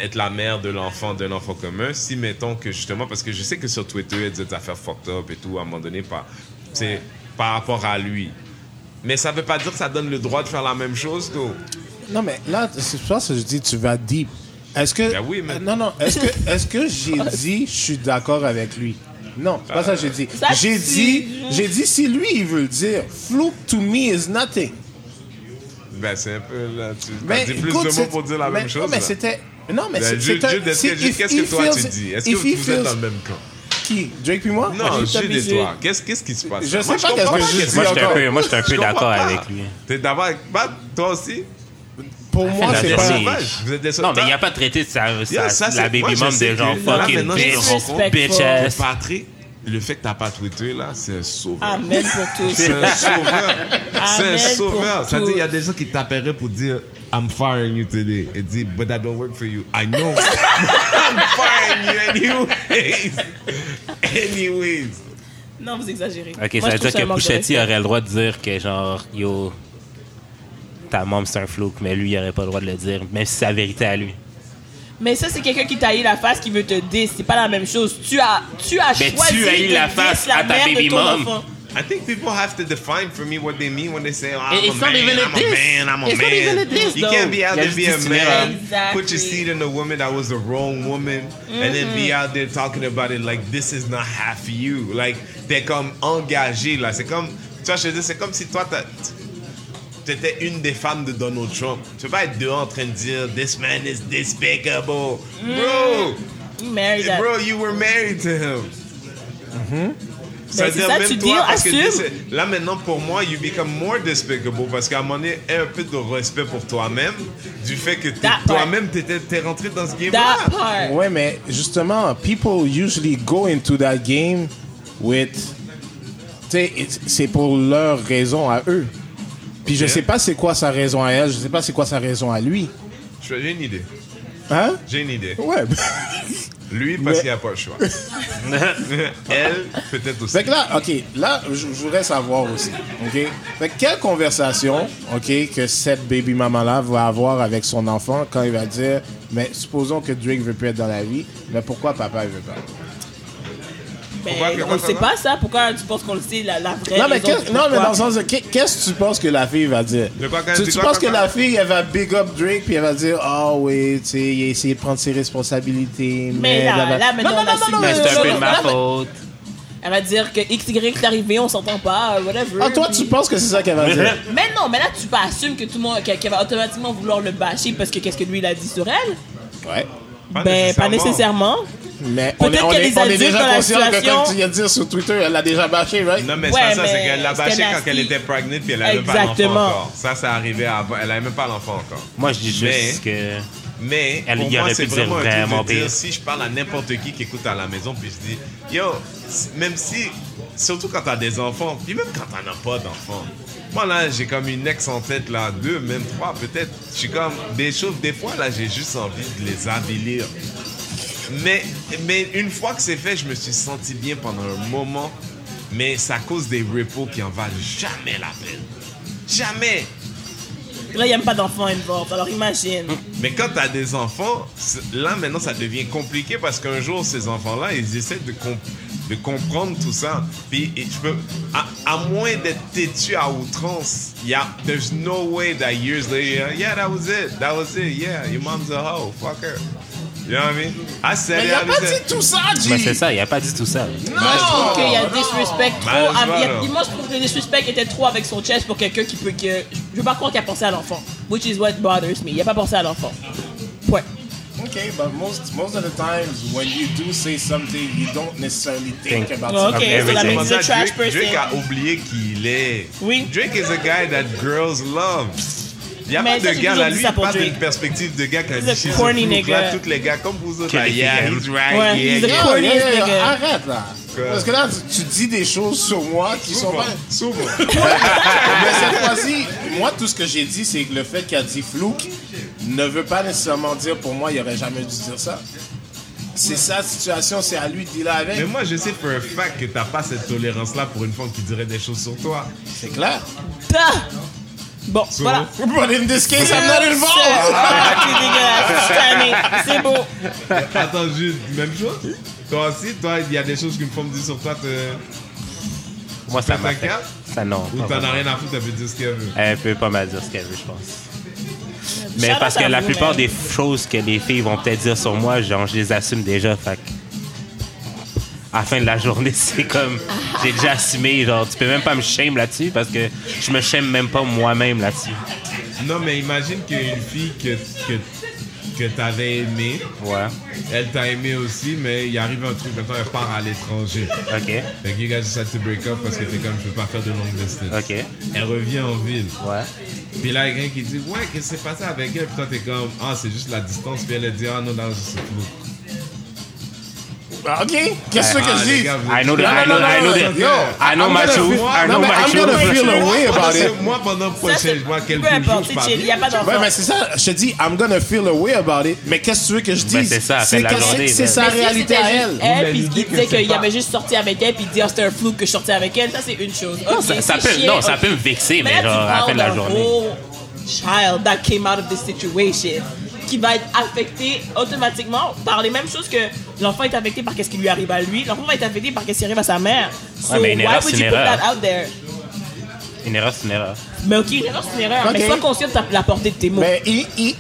Speaker 2: être la mère de l'enfant d'un enfant commun, si mettons que justement, parce que je sais que sur Twitter, il y a des affaires fucked up et tout, à un moment donné, par, c'est par rapport à lui. Mais ça veut pas dire que ça donne le droit de faire la même chose, though.
Speaker 4: Non, mais là, c'est pour ça que je dis, tu vas deep. Est-ce que.
Speaker 2: Ben oui, mais-
Speaker 4: Euh, Non, non. Est-ce que, est-ce que j'ai dit, je suis d'accord avec lui? Non, c'est pas ça que j'ai dit.
Speaker 1: Ça,
Speaker 4: J'ai
Speaker 1: tu-
Speaker 4: dit, j'ai dit, si lui, il veut le dire, fluke to me is nothing.
Speaker 2: Ben, c'est un peu là. Tu t'as
Speaker 4: Mais
Speaker 2: dit Ben, plus
Speaker 4: écoute,
Speaker 2: de mots
Speaker 4: c'est-
Speaker 2: pour dire la
Speaker 4: mais-
Speaker 2: même
Speaker 4: Non,
Speaker 2: chose.
Speaker 4: mais
Speaker 2: là.
Speaker 4: c'était. Non, mais
Speaker 2: Ben,
Speaker 4: c'est-
Speaker 2: Jude,
Speaker 4: c'est un-
Speaker 2: Jude, est-ce
Speaker 4: c'est-
Speaker 2: que-
Speaker 4: if
Speaker 2: qu'est-ce que
Speaker 4: he
Speaker 2: toi tu
Speaker 4: feels-
Speaker 2: dis Est-ce que
Speaker 4: if he
Speaker 2: vous êtes
Speaker 4: feels-
Speaker 2: dans le même camp
Speaker 4: Qui Drake et moi
Speaker 2: Non,
Speaker 1: suis
Speaker 2: Jude et
Speaker 1: obligé.
Speaker 2: toi. Qu'est-ce qu'est-ce qui se passe
Speaker 4: Je
Speaker 2: Moi,
Speaker 4: sais pas qu'est-ce
Speaker 2: comprends
Speaker 4: que
Speaker 2: pas
Speaker 4: Jude
Speaker 2: qu'est-ce
Speaker 4: dit
Speaker 3: Moi,
Speaker 2: qui
Speaker 3: j'étais un
Speaker 2: se
Speaker 3: peu, moi, j'étais un peu
Speaker 2: passe. Je
Speaker 3: d'accord
Speaker 2: comprends
Speaker 3: avec
Speaker 2: pas.
Speaker 3: lui.
Speaker 2: T'es d'accord avec Bat Toi aussi
Speaker 4: Pour moi,
Speaker 3: la
Speaker 4: c'est
Speaker 2: Vous êtes
Speaker 4: pas.
Speaker 3: dernière.
Speaker 2: sauvages. Vous êtes des
Speaker 3: Non, mais il
Speaker 2: sauvages.
Speaker 3: n'y a pas traité de sa, sa-
Speaker 2: Yeah, ça, c'est-
Speaker 3: la baby
Speaker 2: moi, je
Speaker 3: mom
Speaker 2: sais
Speaker 3: de
Speaker 2: que-
Speaker 3: genre
Speaker 2: Là,
Speaker 3: fucking
Speaker 2: maintenant, je
Speaker 3: bitch,
Speaker 2: sais
Speaker 1: qu'on-
Speaker 3: bitch ass.
Speaker 2: Patrick, le fait que t'as pas Twitter là, c'est un sauveur.
Speaker 1: Amen pour tous.
Speaker 2: C'est un sauveur. C'est un
Speaker 1: Amen
Speaker 2: sauveur.
Speaker 1: pour
Speaker 2: Ça veut dire, il y a
Speaker 1: tous.
Speaker 2: des gens qui t'appelleraient pour dire I'm firing you today. Et dit, but that don't work for you. I know. I'm firing you anyways. Anyways.
Speaker 1: Non, vous exagérez.
Speaker 3: Ok,
Speaker 1: Moi,
Speaker 3: ça veut
Speaker 1: je trouve
Speaker 3: dire que
Speaker 1: un manque de
Speaker 3: Pouchetti
Speaker 1: respect.
Speaker 3: aurait le droit de dire que genre, yo, ta mom c'est un flouk, mais lui il aurait pas le droit de le dire, même si c'est la vérité à lui.
Speaker 1: Mais ça, c'est quelqu'un qui t'a eu la face qui veut te dire. C'est pas la même chose. Tu as, tu as
Speaker 3: Mais
Speaker 1: choisi
Speaker 3: tu as eu
Speaker 1: de
Speaker 3: la
Speaker 1: diss
Speaker 3: face
Speaker 1: la
Speaker 3: à ta
Speaker 1: mère de
Speaker 3: baby
Speaker 1: ton
Speaker 3: mom.
Speaker 1: enfant.
Speaker 2: I think people have to define for me what they mean when they say, oh, I'm
Speaker 3: It's
Speaker 2: a
Speaker 3: not
Speaker 2: man,
Speaker 3: even a
Speaker 2: I'm
Speaker 3: diss.
Speaker 2: a man, I'm a
Speaker 3: It's
Speaker 2: man.
Speaker 3: not even a diss,
Speaker 2: you
Speaker 3: though.
Speaker 2: can't be out
Speaker 3: Il y a
Speaker 2: there being
Speaker 3: juste
Speaker 2: a
Speaker 3: une
Speaker 2: man,
Speaker 1: erreur.
Speaker 2: put your seed in a woman that was the wrong woman, and then be
Speaker 3: Mm-hmm.
Speaker 2: out there talking about it like this is not half you. Like, t'es comme engagé, là. C'est comme, tu vois, je te dis, c'est comme si toi, t'as- t'étais une des femmes de Donald Trump. Tu peux pas être dehors en train de dire, this man is despicable.
Speaker 3: Mm.
Speaker 2: Bro,
Speaker 1: You married that.
Speaker 2: Bro, you were married to him. Ça
Speaker 1: Ben,
Speaker 2: veut
Speaker 1: c'est
Speaker 2: dire
Speaker 1: ça,
Speaker 2: même
Speaker 1: tu
Speaker 2: toi,
Speaker 1: dis,
Speaker 2: parce que
Speaker 1: assume.
Speaker 2: dis- là maintenant pour moi, you become more despicable parce qu'à un moment donné, un peu de respect pour toi-même du fait que t'es-
Speaker 1: That part.
Speaker 2: toi-même t'étais t'es rentré dans ce game-là.
Speaker 1: That part. Ben,
Speaker 4: Ouais, mais justement, people usually go into that game with. Tu sais, it's- c'est pour leur raison à eux. Puis je
Speaker 2: Ok.
Speaker 4: sais pas c'est quoi sa raison à elle, je sais pas c'est quoi sa raison à lui.
Speaker 2: Je- J'ai une idée.
Speaker 4: Hein?
Speaker 2: J'ai une idée.
Speaker 4: Ouais.
Speaker 2: Lui parce
Speaker 4: Mais-
Speaker 2: qu'il n'y a pas le choix. Elle peut-être aussi.
Speaker 3: Ben,
Speaker 4: Fait que là, OK, là, je je voudrais savoir aussi, OK? Fait que quelle conversation, OK, que cette baby maman-là va avoir avec son enfant quand il va dire, mais supposons que Drake veut plus être dans la vie, mais pourquoi papa il veut pas?
Speaker 2: Pourquoi
Speaker 1: Ben,
Speaker 2: qu'il y a
Speaker 1: on
Speaker 2: pas
Speaker 1: le sait
Speaker 2: ça,
Speaker 1: pas ça. Pourquoi tu penses qu'on le sait, la, la vraie
Speaker 4: Non, mais,
Speaker 1: raison,
Speaker 4: qu'est-ce-
Speaker 1: c'est
Speaker 4: non, mais
Speaker 1: pourquoi?
Speaker 4: dans le sens de qu'est- qu'est-ce que tu penses que la fille va dire?
Speaker 2: De quoi qu'elle
Speaker 4: tu
Speaker 2: dit
Speaker 4: tu
Speaker 2: quoi,
Speaker 4: penses que
Speaker 2: papa?
Speaker 4: la fille, elle va big up Drake, puis elle va dire, ah oui, tu sais, il a essayé de prendre ses responsabilités.
Speaker 1: Mais là,
Speaker 4: blablabla.
Speaker 1: là, maintenant,
Speaker 4: non,
Speaker 1: on
Speaker 4: non,
Speaker 1: a
Speaker 4: non, non,
Speaker 1: signé.
Speaker 4: non,
Speaker 3: Mais c'est
Speaker 4: non,
Speaker 3: un peu
Speaker 4: non,
Speaker 3: de ma
Speaker 4: non, mais-
Speaker 3: faute.
Speaker 1: Elle va dire que XY est arrivé, on s'entend pas, euh, whatever.
Speaker 4: Ah, toi,
Speaker 1: puis-
Speaker 4: tu penses que c'est ça qu'elle va dire?
Speaker 1: Mais non, mais là, tu peux assumer que tout le monde, qu'elle qu'elle va automatiquement vouloir le bâcher parce que qu'est-ce que lui, il a dit sur elle?
Speaker 4: Ouais.
Speaker 2: Pas
Speaker 1: ben, pas nécessairement.
Speaker 2: nécessairement.
Speaker 4: Mais on est,
Speaker 1: Peut-être
Speaker 4: on
Speaker 1: qu'elle
Speaker 4: est,
Speaker 1: les a
Speaker 4: on est
Speaker 1: dit dans
Speaker 4: déjà
Speaker 1: la
Speaker 4: conscient que,
Speaker 1: situation.
Speaker 4: comme tu viens de dire sur Twitter, elle l'a déjà bâché, right?
Speaker 2: Non, mais
Speaker 1: Ouais,
Speaker 2: ça, ça, c'est
Speaker 1: mais
Speaker 2: qu'elle l'a
Speaker 1: c'était
Speaker 2: bâché quand
Speaker 1: nasty.
Speaker 2: elle était pregnant puis elle avait pas l'enfant
Speaker 1: Exactement.
Speaker 2: encore. Ça, ça arrivait avant. Elle avait même pas l'enfant encore.
Speaker 3: Moi, je dis
Speaker 2: Mais-
Speaker 3: juste que.
Speaker 2: Mais
Speaker 3: Elle
Speaker 2: pour
Speaker 3: y
Speaker 2: moi,
Speaker 3: aurait
Speaker 2: c'est
Speaker 3: pu dire
Speaker 2: vraiment un truc
Speaker 3: vraiment
Speaker 2: de dire,
Speaker 3: pire.
Speaker 2: si je parle à n'importe qui qui écoute à la maison, puis je dis, yo, s- même si, surtout quand t'as des enfants, puis même quand t'en as pas d'enfants. Moi, là, j'ai comme une ex en tête, là, deux, même trois, peut-être. Je suis comme, des choses, des fois, là, j'ai juste envie de les avilir. Mais, mais une fois que c'est fait, je me suis senti bien pendant un moment. Mais ça cause des repos qui en valent jamais la peine. Jamais!
Speaker 1: Là, il n'y a même pas d'enfant involved, alors imagine.
Speaker 2: Mais quand tu as des enfants, c'est- là maintenant ça devient compliqué parce qu'un jour ces enfants-là, ils essaient de, com- de comprendre tout ça. Puis et tu peux, à, à moins d'être têtu à outrance, y a, there's no way that years later, yeah, that was it, that was it, yeah, your mom's a hoe, fuck her. You know what I mean? I said it,
Speaker 4: Mais il a
Speaker 2: I
Speaker 4: pas
Speaker 2: said
Speaker 4: dit
Speaker 2: it.
Speaker 4: tout ça, G!
Speaker 3: Ben, c'est ça, il a pas dit tout ça.
Speaker 1: Moi, je trouve qu'il y a disrespect trop.
Speaker 2: Mal
Speaker 1: ah, il y a-
Speaker 2: joué, là.
Speaker 1: moi, je trouve que le disrespect était trop avec son chest pour quelqu'un qui peut. Que, je veux pas croire qu'il a pensé à l'enfant. Which is what bothers me. Il a pas pensé à l'enfant. Ouais.
Speaker 4: Okay, but most most of the times when you do say something, you don't necessarily think,
Speaker 3: Think.
Speaker 4: about
Speaker 1: Ok,
Speaker 4: something.
Speaker 1: c'est la
Speaker 3: everything.
Speaker 1: même
Speaker 2: Comment ça,
Speaker 1: chose. Trash
Speaker 2: Drake,
Speaker 1: person.
Speaker 2: Drake a oublié qui il est.
Speaker 1: Oui.
Speaker 2: Drake is a guy that girls love. Il n'y a
Speaker 1: Mais
Speaker 2: pas
Speaker 1: ça,
Speaker 2: de
Speaker 1: j'ai
Speaker 2: gars
Speaker 1: toujours
Speaker 2: là,
Speaker 1: dit
Speaker 2: lui,
Speaker 1: ça
Speaker 2: il
Speaker 1: pour
Speaker 2: parle d'une
Speaker 1: Drake.
Speaker 2: perspective de gars qui a
Speaker 1: He's a
Speaker 2: dit she's a
Speaker 1: corny
Speaker 2: freak, là,
Speaker 1: nigga.
Speaker 2: Tous les gars comme vous autres,
Speaker 3: Quel
Speaker 2: là, yeah,
Speaker 3: figure.
Speaker 2: he's right,
Speaker 1: Ouais,
Speaker 2: yeah,
Speaker 1: he's a
Speaker 2: yeah.
Speaker 1: corny-
Speaker 4: Yeah, yeah, yeah,
Speaker 1: Corny, nigga.
Speaker 4: Arrête là. Parce que là, tu, tu dis des choses sur moi qui sont
Speaker 2: S'ouvre,
Speaker 4: pas.
Speaker 2: s'ouvre.
Speaker 4: Mais cette fois-ci, moi, tout ce que j'ai dit, c'est que le fait qu'elle a dit flouk ne veut pas nécessairement dire pour moi, il aurait jamais dû dire ça. C'est sa situation, c'est à lui de dealer avec.
Speaker 2: Mais moi, je sais pour un fact que t'as pas cette tolérance-là pour une femme qui dirait des choses sur toi.
Speaker 4: C'est clair.
Speaker 1: Ah! Bon,
Speaker 2: So-
Speaker 1: voilà.
Speaker 4: But in this case, I'm not
Speaker 1: C'est
Speaker 4: involved.
Speaker 1: Ah, c'est dégueulasse. Je suis tannée. C'est beau.
Speaker 2: Attends, juste, même chose. Toi aussi, toi, il y a des choses qu'une femme dit sur toi, te...
Speaker 3: Moi, ça
Speaker 2: fais
Speaker 3: m'a
Speaker 2: ta
Speaker 3: fait.
Speaker 2: carte?
Speaker 3: Ça, non.
Speaker 2: ou
Speaker 3: pas
Speaker 2: t'en
Speaker 3: vraiment.
Speaker 2: as rien à foutre, elle peut dire ce qu'elle veut.
Speaker 3: Elle peut pas mal dire ce qu'elle veut, je pense. Mais
Speaker 1: Shout
Speaker 3: parce
Speaker 1: out
Speaker 3: que
Speaker 1: à
Speaker 3: la
Speaker 1: vous,
Speaker 3: plupart
Speaker 1: man.
Speaker 3: des choses que les filles vont peut-être dire sur moi, genre, je les assume déjà. Fait que, à la fin de la journée, c'est comme. J'ai déjà assumé. Genre, tu peux même pas me shame là-dessus parce que je me shame même pas moi-même là-dessus.
Speaker 2: Non, mais imagine qu'une fille que, que, que t'avais aimée,
Speaker 3: Ouais.
Speaker 2: elle t'a aimé aussi, mais il arrive un truc, maintenant elle part à l'étranger.
Speaker 3: OK.
Speaker 2: Fait que you guys decide to break up parce que t'es comme, je peux pas faire de long distance.
Speaker 3: OK.
Speaker 2: Elle revient en ville.
Speaker 3: Ouais.
Speaker 2: Puis là, il y a quelqu'un qui dit, ouais, qu'est-ce qui s'est passé avec elle? Puis toi, t'es comme, ah, c'est juste la distance. Puis elle elle dit, ah non, non, c'est tout.
Speaker 4: Ah, OK. Qu'est-ce que
Speaker 2: Ah,
Speaker 4: je
Speaker 2: les
Speaker 4: dis?
Speaker 2: gars, vous
Speaker 3: I know the,
Speaker 4: Non,
Speaker 3: I know,
Speaker 4: non,
Speaker 3: I know
Speaker 4: non,
Speaker 3: the,
Speaker 4: yo,
Speaker 3: I know
Speaker 4: I'm
Speaker 3: my
Speaker 4: gonna
Speaker 3: truth.
Speaker 4: feel- non,
Speaker 3: I know
Speaker 4: mais
Speaker 3: my
Speaker 4: I'm
Speaker 3: truth.
Speaker 4: gonna feel a way
Speaker 2: Moi,
Speaker 4: about
Speaker 2: c'est-
Speaker 4: it.
Speaker 2: moi, pendant le
Speaker 1: Ça,
Speaker 2: prochain,
Speaker 1: c'est-
Speaker 2: je vois quelques
Speaker 1: Peu importe,
Speaker 2: jours,
Speaker 1: c'est
Speaker 2: je
Speaker 1: chill. Il n'y a
Speaker 2: parle.
Speaker 1: pas
Speaker 4: Ouais,
Speaker 1: d'enfant.
Speaker 4: mais c'est ça, je te dis, I'm gonna feel a way about it. Mais qu'est-ce que tu veux que je dise?
Speaker 3: Ben, c'est ça,
Speaker 4: c'est
Speaker 3: c'est la
Speaker 4: que-
Speaker 3: journée,
Speaker 4: c'est- c'est
Speaker 3: là.
Speaker 4: sa
Speaker 1: Mais si
Speaker 4: réalité
Speaker 1: c'était
Speaker 4: à
Speaker 1: juste
Speaker 4: elle.
Speaker 2: Mais
Speaker 1: puis
Speaker 2: l'idée
Speaker 1: il
Speaker 2: que
Speaker 1: disait
Speaker 2: c'est
Speaker 1: qu'il
Speaker 2: pas-
Speaker 1: avait juste sorti avec elle, puis il dit Ah, c'était un flou que je sortais avec elle, ça c'est une chose.
Speaker 3: Non,
Speaker 1: Ok,
Speaker 3: ça, ça
Speaker 1: c'est
Speaker 3: peut,
Speaker 1: chiant,
Speaker 3: non, ça
Speaker 1: ok.
Speaker 3: peut me vexer, mais
Speaker 1: là, tu
Speaker 3: genre, à la fin de la
Speaker 1: parles d'un
Speaker 3: journée.
Speaker 1: whole child that came out of this situation qui va être affecté automatiquement par les mêmes choses que l'enfant est affecté par qu'est-ce qui lui arrive à lui. L'enfant va être affecté par qu'est-ce qui arrive à sa mère. So,
Speaker 3: Ouais, mais une
Speaker 1: why
Speaker 3: erreur,
Speaker 1: would
Speaker 3: c'est
Speaker 1: you
Speaker 3: une
Speaker 1: put
Speaker 3: erreur.
Speaker 1: that out there?
Speaker 3: Une erreur, c'est une erreur.
Speaker 1: Mais ok, une erreur, c'est une erreur.
Speaker 4: Ok.
Speaker 1: Mais sois conscient de ta- la portée de tes mots.
Speaker 4: Mais il, il,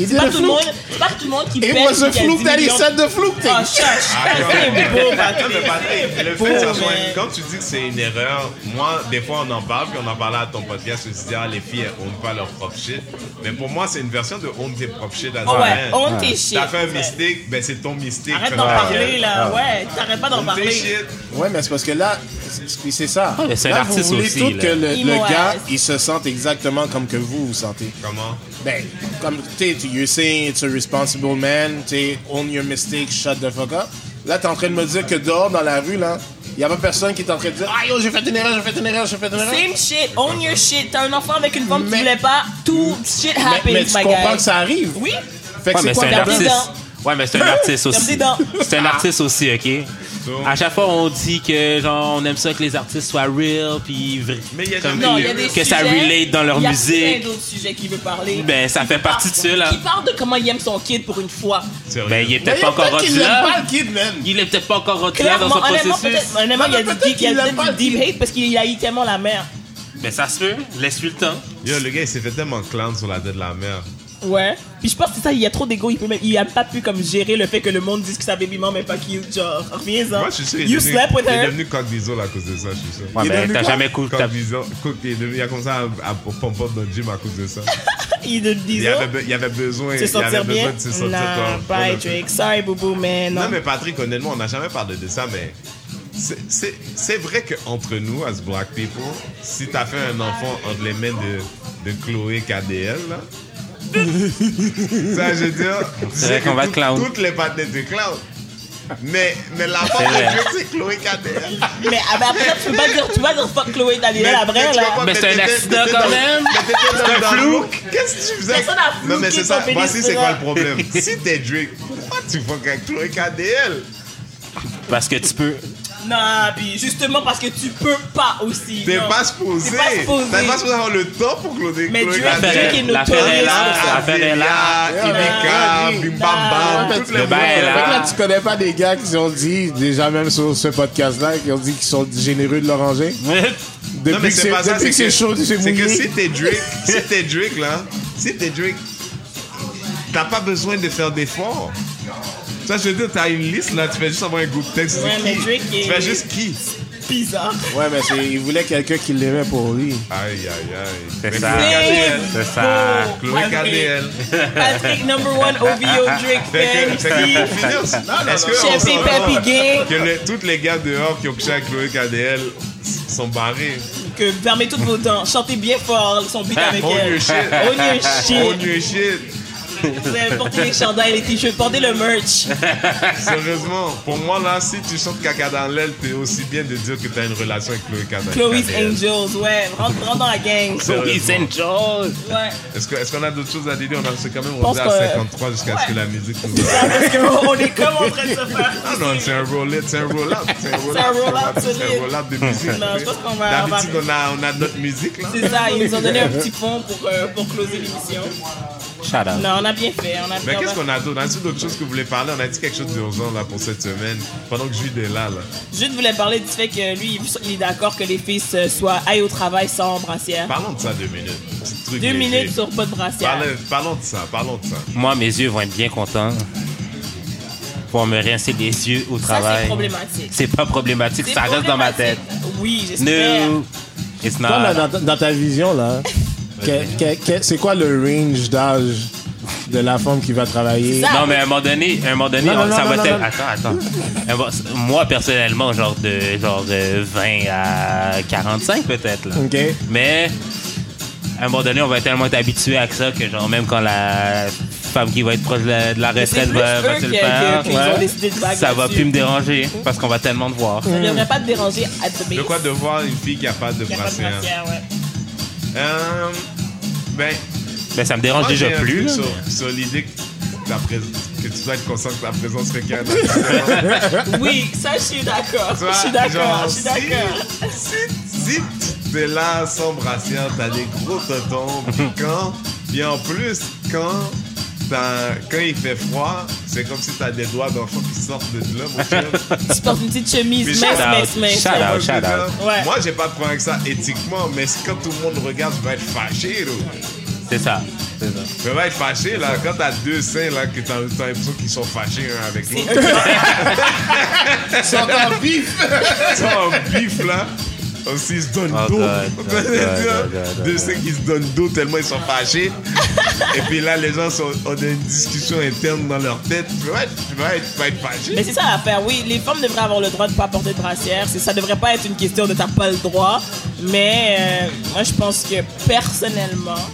Speaker 4: il dit
Speaker 1: C'est pas
Speaker 4: le
Speaker 1: tout le
Speaker 4: flou.
Speaker 1: monde, c'est pas tout le monde qui
Speaker 4: It
Speaker 1: pète
Speaker 4: was a
Speaker 1: et qui a
Speaker 4: fluke
Speaker 1: 10
Speaker 4: that he
Speaker 1: millions de-
Speaker 4: said the fluke thing.
Speaker 1: Oh, shut-
Speaker 2: Attends,
Speaker 1: c'est beau, Patrick.
Speaker 2: mais Patrick, le fait
Speaker 1: beau,
Speaker 2: que ça soit-
Speaker 1: man.
Speaker 2: quand tu dis que c'est une erreur, moi, des fois, on en parle, puis on en parlait à ton podcast, on se dit, ah, les filles, elles own pas leur propre shit. Mais pour moi, c'est une version de own tes propres shit à
Speaker 1: Oh
Speaker 2: Zara.
Speaker 1: ouais, own tes
Speaker 2: T'as
Speaker 1: shit.
Speaker 2: fait un
Speaker 1: Ouais.
Speaker 2: mistake, ben c'est ton mistake.
Speaker 1: Arrête
Speaker 2: Fais
Speaker 1: d'en
Speaker 2: ta
Speaker 1: parler
Speaker 2: gueule.
Speaker 1: là, ouais, t'arrêtes pas d'en
Speaker 2: Own tes
Speaker 1: parler.
Speaker 2: shit.
Speaker 4: Ouais, mais c'est parce que là, c'est- puis c'est ça.
Speaker 3: mais c'est un
Speaker 4: là, vous
Speaker 3: artiste
Speaker 4: voulez
Speaker 3: aussi,
Speaker 4: tout
Speaker 3: là.
Speaker 4: que le,
Speaker 1: Il
Speaker 4: le
Speaker 1: m'aurait-
Speaker 4: gars, il se sente exactement comme que vous vous sentez.
Speaker 2: Comment?
Speaker 4: Ben, comme, tu sais, you're saying it's a responsible man, tu sais, own your mistake, shut the fuck up. Là, t'es en train de me dire que dehors, dans la rue, là, il y a pas personne qui est en train de dire « Ah, yo, j'ai fait une erreur, j'ai fait une erreur, j'ai fait une erreur. »
Speaker 1: Same shit, own your shit. T'as un enfant avec une femme que
Speaker 4: Mais-
Speaker 1: tu voulais pas, tout shit
Speaker 4: Mais,
Speaker 1: happens,
Speaker 4: mais tu
Speaker 1: my
Speaker 4: comprends
Speaker 1: guy.
Speaker 4: que ça arrive.
Speaker 1: Oui,
Speaker 4: Fait que
Speaker 3: Ouais,
Speaker 4: c'est
Speaker 3: mais
Speaker 4: quoi le
Speaker 3: c'est un
Speaker 1: Ferme
Speaker 4: problème?
Speaker 1: tes
Speaker 3: artiste. Ouais, mais c'est un artiste
Speaker 1: Ferme
Speaker 3: aussi.
Speaker 1: tes dents.
Speaker 3: C'est un artiste aussi, OK?
Speaker 2: So-
Speaker 3: à chaque fois, on dit que genre on aime ça que les artistes soient real, puis vra-
Speaker 2: Mais il y a
Speaker 3: comme-
Speaker 2: des-
Speaker 1: Non, il y a des
Speaker 3: que ça
Speaker 1: sujets,
Speaker 3: relate dans leur
Speaker 1: il y a
Speaker 3: musique.
Speaker 1: plein d'autres sujets qu'il veut parler.
Speaker 3: Ben, ça fait partie de ça, là.
Speaker 1: Il parle de comment il aime son kid pour une fois.
Speaker 2: Sérieux.
Speaker 3: Ben, il est
Speaker 4: Mais
Speaker 3: peut-être pas encore
Speaker 4: peut-être
Speaker 3: rendu
Speaker 4: qu'il l'aime pas
Speaker 3: là.
Speaker 4: le kid, man.
Speaker 3: Il est peut-être pas encore rendu là dans
Speaker 1: Clairement,
Speaker 3: son
Speaker 1: honnêtement,
Speaker 3: processus.
Speaker 1: peut-être, honnêtement,
Speaker 4: Non,
Speaker 1: il y a
Speaker 4: mais
Speaker 1: du,
Speaker 4: peut-être
Speaker 1: deep- il y a
Speaker 4: qu'il
Speaker 1: peut-être
Speaker 4: aime pas
Speaker 1: du
Speaker 4: le
Speaker 1: deep
Speaker 4: kid.
Speaker 1: hate parce qu'il haït tellement la mère.
Speaker 3: Ben, ça se peut. Laisse-lui le temps.
Speaker 2: Yo, le gars, il s'est fait tellement clown sur la tête de la mère.
Speaker 1: Ouais. Puis je pense que c'est ça, il y a trop d'ego, il peut même, il a pas pu comme gérer le fait que le monde dise que sa baby mom est pas cute, genre, reviens-en.
Speaker 2: Moi, je suis sûr, il est
Speaker 1: you
Speaker 2: devenu,
Speaker 1: slept with
Speaker 2: il est
Speaker 1: her.
Speaker 2: devenu coq d'isole à cause de ça, je suis sûr.
Speaker 3: Ouais,
Speaker 4: Il est
Speaker 3: ben,
Speaker 4: devenu
Speaker 3: t'as
Speaker 4: quoi?
Speaker 3: jamais cool.
Speaker 2: Coq d'isole, coq, il, est devenu- il a commencé à, à pump-up dans le gym à cause de ça.
Speaker 1: Il est
Speaker 2: Il
Speaker 1: disant,
Speaker 2: avait, be- il avait besoin,
Speaker 1: se
Speaker 2: il avait
Speaker 1: sentir bien.
Speaker 2: besoin de se sentir
Speaker 1: Nah,
Speaker 2: comme-
Speaker 1: bye,
Speaker 2: comme-
Speaker 1: Drake. Sorry, boubou, mais non.
Speaker 2: Non, mais Patrick, honnêtement, on n'a jamais parlé de ça, mais c'est- c'est c'est vrai qu'entre nous, as black people, si t'as fait un enfant entre les mains de, de Chloé KDL, là, ça, je veux dire,
Speaker 3: C'est vrai
Speaker 2: que
Speaker 3: qu'on va
Speaker 2: tout-
Speaker 3: clown.
Speaker 2: Toutes les partenaires de clown. Mais, mais la part
Speaker 3: vrai.
Speaker 2: de Dieu, c'est Chloé KDL.
Speaker 1: Mais ah, ben, après, ça, tu peux pas dire, tu peux pas dire fuck Chloé Daniel après,
Speaker 2: tu
Speaker 1: là.
Speaker 2: vois pas,
Speaker 3: Mais Ben, c'est un
Speaker 2: t'étais-
Speaker 3: accident
Speaker 2: t'étais
Speaker 3: quand
Speaker 2: dans-
Speaker 3: même.
Speaker 2: mais t'étais
Speaker 3: C'est un
Speaker 2: dans- dans-
Speaker 3: flou.
Speaker 2: Qu'est-ce que tu faisais?
Speaker 1: Personne n'a flouqué
Speaker 2: Non, mais c'est
Speaker 1: ton
Speaker 2: ça.
Speaker 1: pénis
Speaker 2: Voici, c'est
Speaker 1: sur
Speaker 2: quoi
Speaker 1: un.
Speaker 2: le problème? Si t'es Drake, pourquoi tu fuck avec Chloé KDL?
Speaker 3: Parce que tu peux.
Speaker 1: Non, puis justement parce que tu peux pas aussi.
Speaker 2: T'es
Speaker 1: non.
Speaker 2: pas supposé.
Speaker 1: T'es pas supposé.
Speaker 2: T'es pas supposé avoir le temps pour Chloé.
Speaker 1: Mais
Speaker 2: Chloé
Speaker 1: Dieu
Speaker 2: Kardashian.
Speaker 1: a fait Drake est
Speaker 3: L'affaire est là,
Speaker 1: notorious.
Speaker 3: l'affaire est là.
Speaker 2: Azealia, Ibika,
Speaker 4: Nah.
Speaker 2: Bim Bam
Speaker 1: Nah.
Speaker 2: Bam. toutes
Speaker 3: Le
Speaker 2: les
Speaker 3: bail est
Speaker 4: Fait
Speaker 2: bonnes-
Speaker 4: que
Speaker 3: là.
Speaker 4: là, tu connais pas des gars qui ont dit, déjà même sur ce podcast-là, qui ont dit qu'ils sont généreux de l'oranger. Depuis
Speaker 2: Non, mais
Speaker 4: que c'est
Speaker 2: c'est pas ça.
Speaker 4: depuis que c'est
Speaker 2: que-
Speaker 4: chaud, c'est
Speaker 2: C'est que
Speaker 4: mouillé.
Speaker 2: si t'es Drake, si t'es Drake là, si t'es Drake, t'as pas besoin de faire d'efforts. Ça, je veux dire, t'as une liste là, tu fais juste avoir un groupe texte.
Speaker 1: Ouais,
Speaker 2: c'est
Speaker 1: mais
Speaker 2: qui?
Speaker 1: Drake est-
Speaker 2: Tu fais juste qui
Speaker 1: Bizarre.
Speaker 4: Ouais, mais c'est- il voulait quelqu'un qui l'aimait pour lui.
Speaker 2: Aïe, aïe, aïe.
Speaker 3: C'est
Speaker 2: Mais
Speaker 3: ça.
Speaker 2: Chloé Kardashian.
Speaker 3: C'est ça.
Speaker 1: Bon,
Speaker 2: Chloé
Speaker 1: Patrick.
Speaker 2: KDL.
Speaker 1: Patrick, number one OVO Drake fan
Speaker 2: ah. Fait que, fait que
Speaker 1: ici.
Speaker 2: pour finir, est-ce que Oh, on
Speaker 1: Chef et
Speaker 2: s'entend
Speaker 1: Papi Gay.
Speaker 2: que le- toutes les gars dehors qui ont couché avec Chloé KDL sont barrés?
Speaker 1: Que fermez toutes vos dents. Chantez bien fort son beat avec
Speaker 2: Own your
Speaker 1: elle.
Speaker 2: Oh, shit.
Speaker 1: Own your
Speaker 2: Own
Speaker 1: shit.
Speaker 2: your shit.
Speaker 1: Vous avez porté les chandails, les t-shirts, portez le merch.
Speaker 2: Sérieusement, pour moi là, si tu chantes caca dans l'aile, t'es aussi bien de dire que t'as une relation avec Chloé Kada-
Speaker 1: Chloe's
Speaker 2: KDL.
Speaker 1: Angels, ouais. Rentre, rentre dans la gang.
Speaker 3: He's in charge.
Speaker 1: Ouais.
Speaker 2: Est-ce que- est-ce qu'on a d'autres choses à dire? On a c'est quand même
Speaker 1: pense
Speaker 2: rendu à
Speaker 1: que-
Speaker 2: 53 jusqu'à ce que
Speaker 1: Ouais.
Speaker 2: la musique nous
Speaker 1: Parce qu'on est comme en train de se faire.
Speaker 2: Ah non, c'est un roll-up, c'est un roll-up. C'est un roll-up
Speaker 1: roll-up
Speaker 2: c'est un
Speaker 1: solide.
Speaker 2: roll-up de musique.
Speaker 1: Non, je pense qu'on va- on va-
Speaker 2: D'habitude, on a, on a notre musique là.
Speaker 1: C'est ça, ils nous ont donné un petit fond pour, euh, pour closer l'émission.
Speaker 3: Shout out.
Speaker 1: Non, on a bien fait, on a
Speaker 2: Mais
Speaker 1: fait.
Speaker 2: qu'est-ce qu'on a d'autre? On a dit d'autres choses que vous voulez parler? On a dit quelque chose d'urgent là pour cette semaine, pendant que Jude est là. là.
Speaker 1: Jude voulait parler du fait que lui, il- il est d'accord que les filles euh, soient aillent au travail sans brassière.
Speaker 2: Parlons de ça deux minutes. Petit truc
Speaker 1: Deux
Speaker 2: léger.
Speaker 1: minutes sur pas de brassière.
Speaker 2: Parlons, parlons de ça, parlons de ça.
Speaker 3: Moi, mes yeux vont être bien contents pour me rincer les yeux au
Speaker 1: Ça,
Speaker 3: travail.
Speaker 1: c'est problématique.
Speaker 3: C'est pas problématique, ça reste dans ma tête.
Speaker 1: problématique. Oui, j'espère.
Speaker 3: No, it's
Speaker 4: Toi,
Speaker 2: Ah.
Speaker 4: là,
Speaker 3: not.
Speaker 4: dans, ta- dans ta vision, là, que- que- que- c'est quoi le range d'âge de la femme qui va travailler?
Speaker 1: C'est ça.
Speaker 3: Non, mais à un moment donné, à un moment donné
Speaker 4: Non, non,
Speaker 3: on- ça
Speaker 4: non,
Speaker 3: va
Speaker 4: non,
Speaker 3: être...
Speaker 4: non.
Speaker 3: Attends, attends. Un mo- Moi, personnellement, genre de genre de 20 à 45 peut-être. là.
Speaker 4: OK?
Speaker 3: Mais à un moment donné, on va tellement être habitué à ça que genre même quand la femme qui va être proche de la, de la
Speaker 1: C'est
Speaker 3: retraite
Speaker 1: plus
Speaker 3: va, va
Speaker 1: eux
Speaker 3: se le
Speaker 1: qui-
Speaker 3: faire,
Speaker 1: qui- qu'ils ont décidé de vague
Speaker 3: ça va
Speaker 1: là-dessus.
Speaker 3: plus me déranger parce qu'on va tellement te voir.
Speaker 1: Ça ne devrait pas te déranger à te
Speaker 2: De quoi de voir une fille qui a pas de
Speaker 1: Il n'y a pas de
Speaker 2: brassière?
Speaker 1: brassière, ouais.
Speaker 2: Euh, ben,
Speaker 3: Mais euh, ça me dérange
Speaker 2: moi,
Speaker 3: Ah, déjà
Speaker 2: j'ai un
Speaker 3: plus.
Speaker 2: truc
Speaker 3: là,
Speaker 2: Sur, sur l'idée que, ta prés- que tu dois être conscient que ta présence fait qu'il y a un accident.
Speaker 1: Oui, ça, je suis d'accord.
Speaker 2: Tu vois,
Speaker 1: Je suis d'accord,
Speaker 2: genre,
Speaker 1: je suis d'accord.
Speaker 2: Si, si, si t'es là sans brassière, t'as des gros tontons. Puis quand, puis en plus, quand, t'as- quand il fait froid, c'est comme si t'as des doigts d'enfant qui sortent de là, mon cher.
Speaker 1: Tu portes une petite chemise,
Speaker 2: Mais
Speaker 1: mince,
Speaker 2: shout
Speaker 1: mince, mince.
Speaker 3: out, shout out.
Speaker 2: Moi, je veux dire,
Speaker 1: Ouais.
Speaker 2: Moi, j'ai pas de problème avec ça éthiquement, mais quand tout le monde regarde, je vais être fâché, là.
Speaker 3: C'est ça. C'est ça.
Speaker 2: Je vais être fâché, là. Quand t'as deux seins, là, que t'as t'as l'impression qu'ils sont fâchés un avec l'autre.
Speaker 4: C'est encore vif!
Speaker 2: Ils sont en bif, là. Aussi, ils se donnent
Speaker 3: Oh,
Speaker 2: dos.
Speaker 3: God, God, God, God, God,
Speaker 2: Deux
Speaker 3: God.
Speaker 2: seins qui se donnent dos tellement ils sont fâchés. Et puis là, les gens sont, ont une discussion interne dans leur tête. Je vais être, je vais être, je vais être fâché.
Speaker 1: Mais c'est ça l'affaire, oui, les femmes devraient avoir le droit de ne pas porter de brassière. C'est- Ça devrait pas être une question de t'as pas le droit. Mais euh, moi, je pense que personnellement.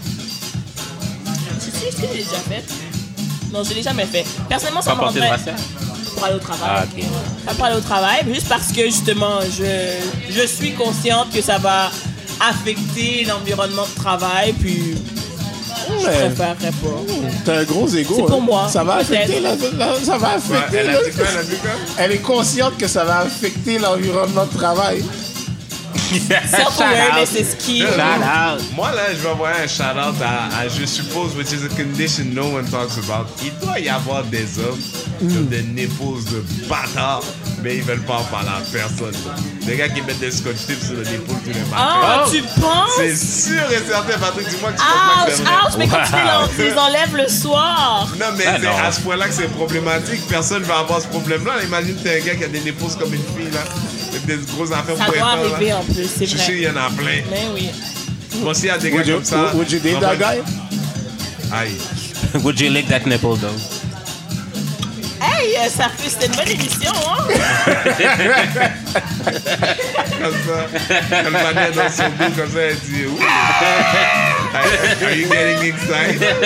Speaker 1: Tu sais ce que j'ai déjà fait Non, je l'ai jamais fait. Personnellement, ça
Speaker 3: Pas
Speaker 1: me
Speaker 3: porter de
Speaker 1: rendrait.
Speaker 3: brassière?
Speaker 1: Pour aller au travail.
Speaker 3: Ah, ok.
Speaker 1: Pas pour aller au travail, mais juste parce que justement, je, je suis consciente que ça va affecter l'environnement de travail. Puis. je
Speaker 4: mais-
Speaker 1: préférerais pas.
Speaker 4: T'as un gros ego.
Speaker 1: C'est pour
Speaker 4: hein.
Speaker 1: moi,
Speaker 4: Ça va
Speaker 1: peut-être.
Speaker 4: affecter. la- la- ça va
Speaker 2: Ouais,
Speaker 4: affecter.
Speaker 2: elle
Speaker 4: là.
Speaker 2: a dit quoi, elle a dit quoi?
Speaker 4: Elle est consciente que ça va affecter l'environnement de travail.
Speaker 1: Self-awareness
Speaker 3: Shout
Speaker 1: is
Speaker 3: out.
Speaker 1: key.
Speaker 3: Shout out.
Speaker 2: Moi, là, je vais envoyer un shout-out à, à Je suppose, which is a condition no one talks about. Il doit y avoir des hommes qui ont
Speaker 1: Mm.
Speaker 2: des néposes de bâtards, mais ils veulent pas en parler à personne. là. Des gars qui mettent des scotch tips sur le épaule tous les matins.
Speaker 1: Ah, tu
Speaker 2: C'est
Speaker 1: penses?
Speaker 2: sûr et certain, Patrick, dis-moi que tu comprends que
Speaker 1: Ouch,
Speaker 2: c'est vrai.
Speaker 1: ouch, mais quand tu les en- tu les enlèves le soir.
Speaker 2: Non, mais
Speaker 3: Ah,
Speaker 2: c'est
Speaker 3: non.
Speaker 2: à ce point-là que c'est problématique. Personne va avoir ce problème-là. Imagine, t'es un gars qui a des néposes comme une fille, là. avec Des grosses affaires
Speaker 1: Ça doit
Speaker 2: pointantes, là.
Speaker 1: arriver en plus, c'est
Speaker 2: Je suis sûr, il
Speaker 1: vrai.
Speaker 2: y en a plein.
Speaker 1: Mais oui.
Speaker 2: Moi aussi, il y a des gars
Speaker 4: Would you,
Speaker 2: comme ça.
Speaker 4: would you date that guy?
Speaker 2: Aïe.
Speaker 3: Would you lick that nipple, though?
Speaker 1: Hey, euh, ça fait, c'était une bonne émission, hein?
Speaker 2: comme ça. Elle manait dans son dos comme ça, elle dit Ouh! Are you getting excited?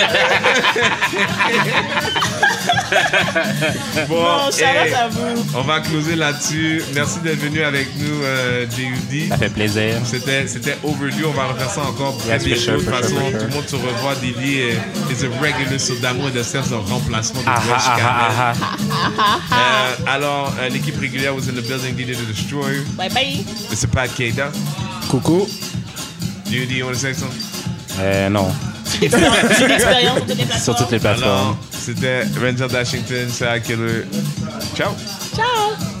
Speaker 2: bon,
Speaker 1: Bon,
Speaker 2: hey,
Speaker 1: Charlotte, à vous.
Speaker 2: on va closer là-dessus. Merci d'être venu avec nous, euh, JUD.
Speaker 3: Ça fait plaisir.
Speaker 2: C'était, c'était overdue, on va refaire ça encore pour
Speaker 3: Yes, for
Speaker 2: bientôt.
Speaker 3: sure,
Speaker 2: de toute
Speaker 3: for sure,
Speaker 2: façon,
Speaker 3: for sure.
Speaker 2: tout le monde se revoit. Didi euh, is a regular sur D'amour et de Sexe en remplacement de
Speaker 3: Ah,
Speaker 2: Josh
Speaker 3: ah,
Speaker 2: Canel.
Speaker 3: ah, ah,
Speaker 2: Euh, alors, euh, l'équipe régulière was in the building, Didi the Destroyer.
Speaker 1: Bye bye.
Speaker 2: Mr. Pat Keita.
Speaker 4: Coucou.
Speaker 2: Didi, you want to say something?
Speaker 3: ah. Euh, non.
Speaker 1: J'ai l'expérience sur toutes les plateformes.
Speaker 3: Sur toutes les plateformes.
Speaker 2: Alors, c'était Ranger Dashington, Sarah Killer. uh, Ciao!
Speaker 1: Ciao.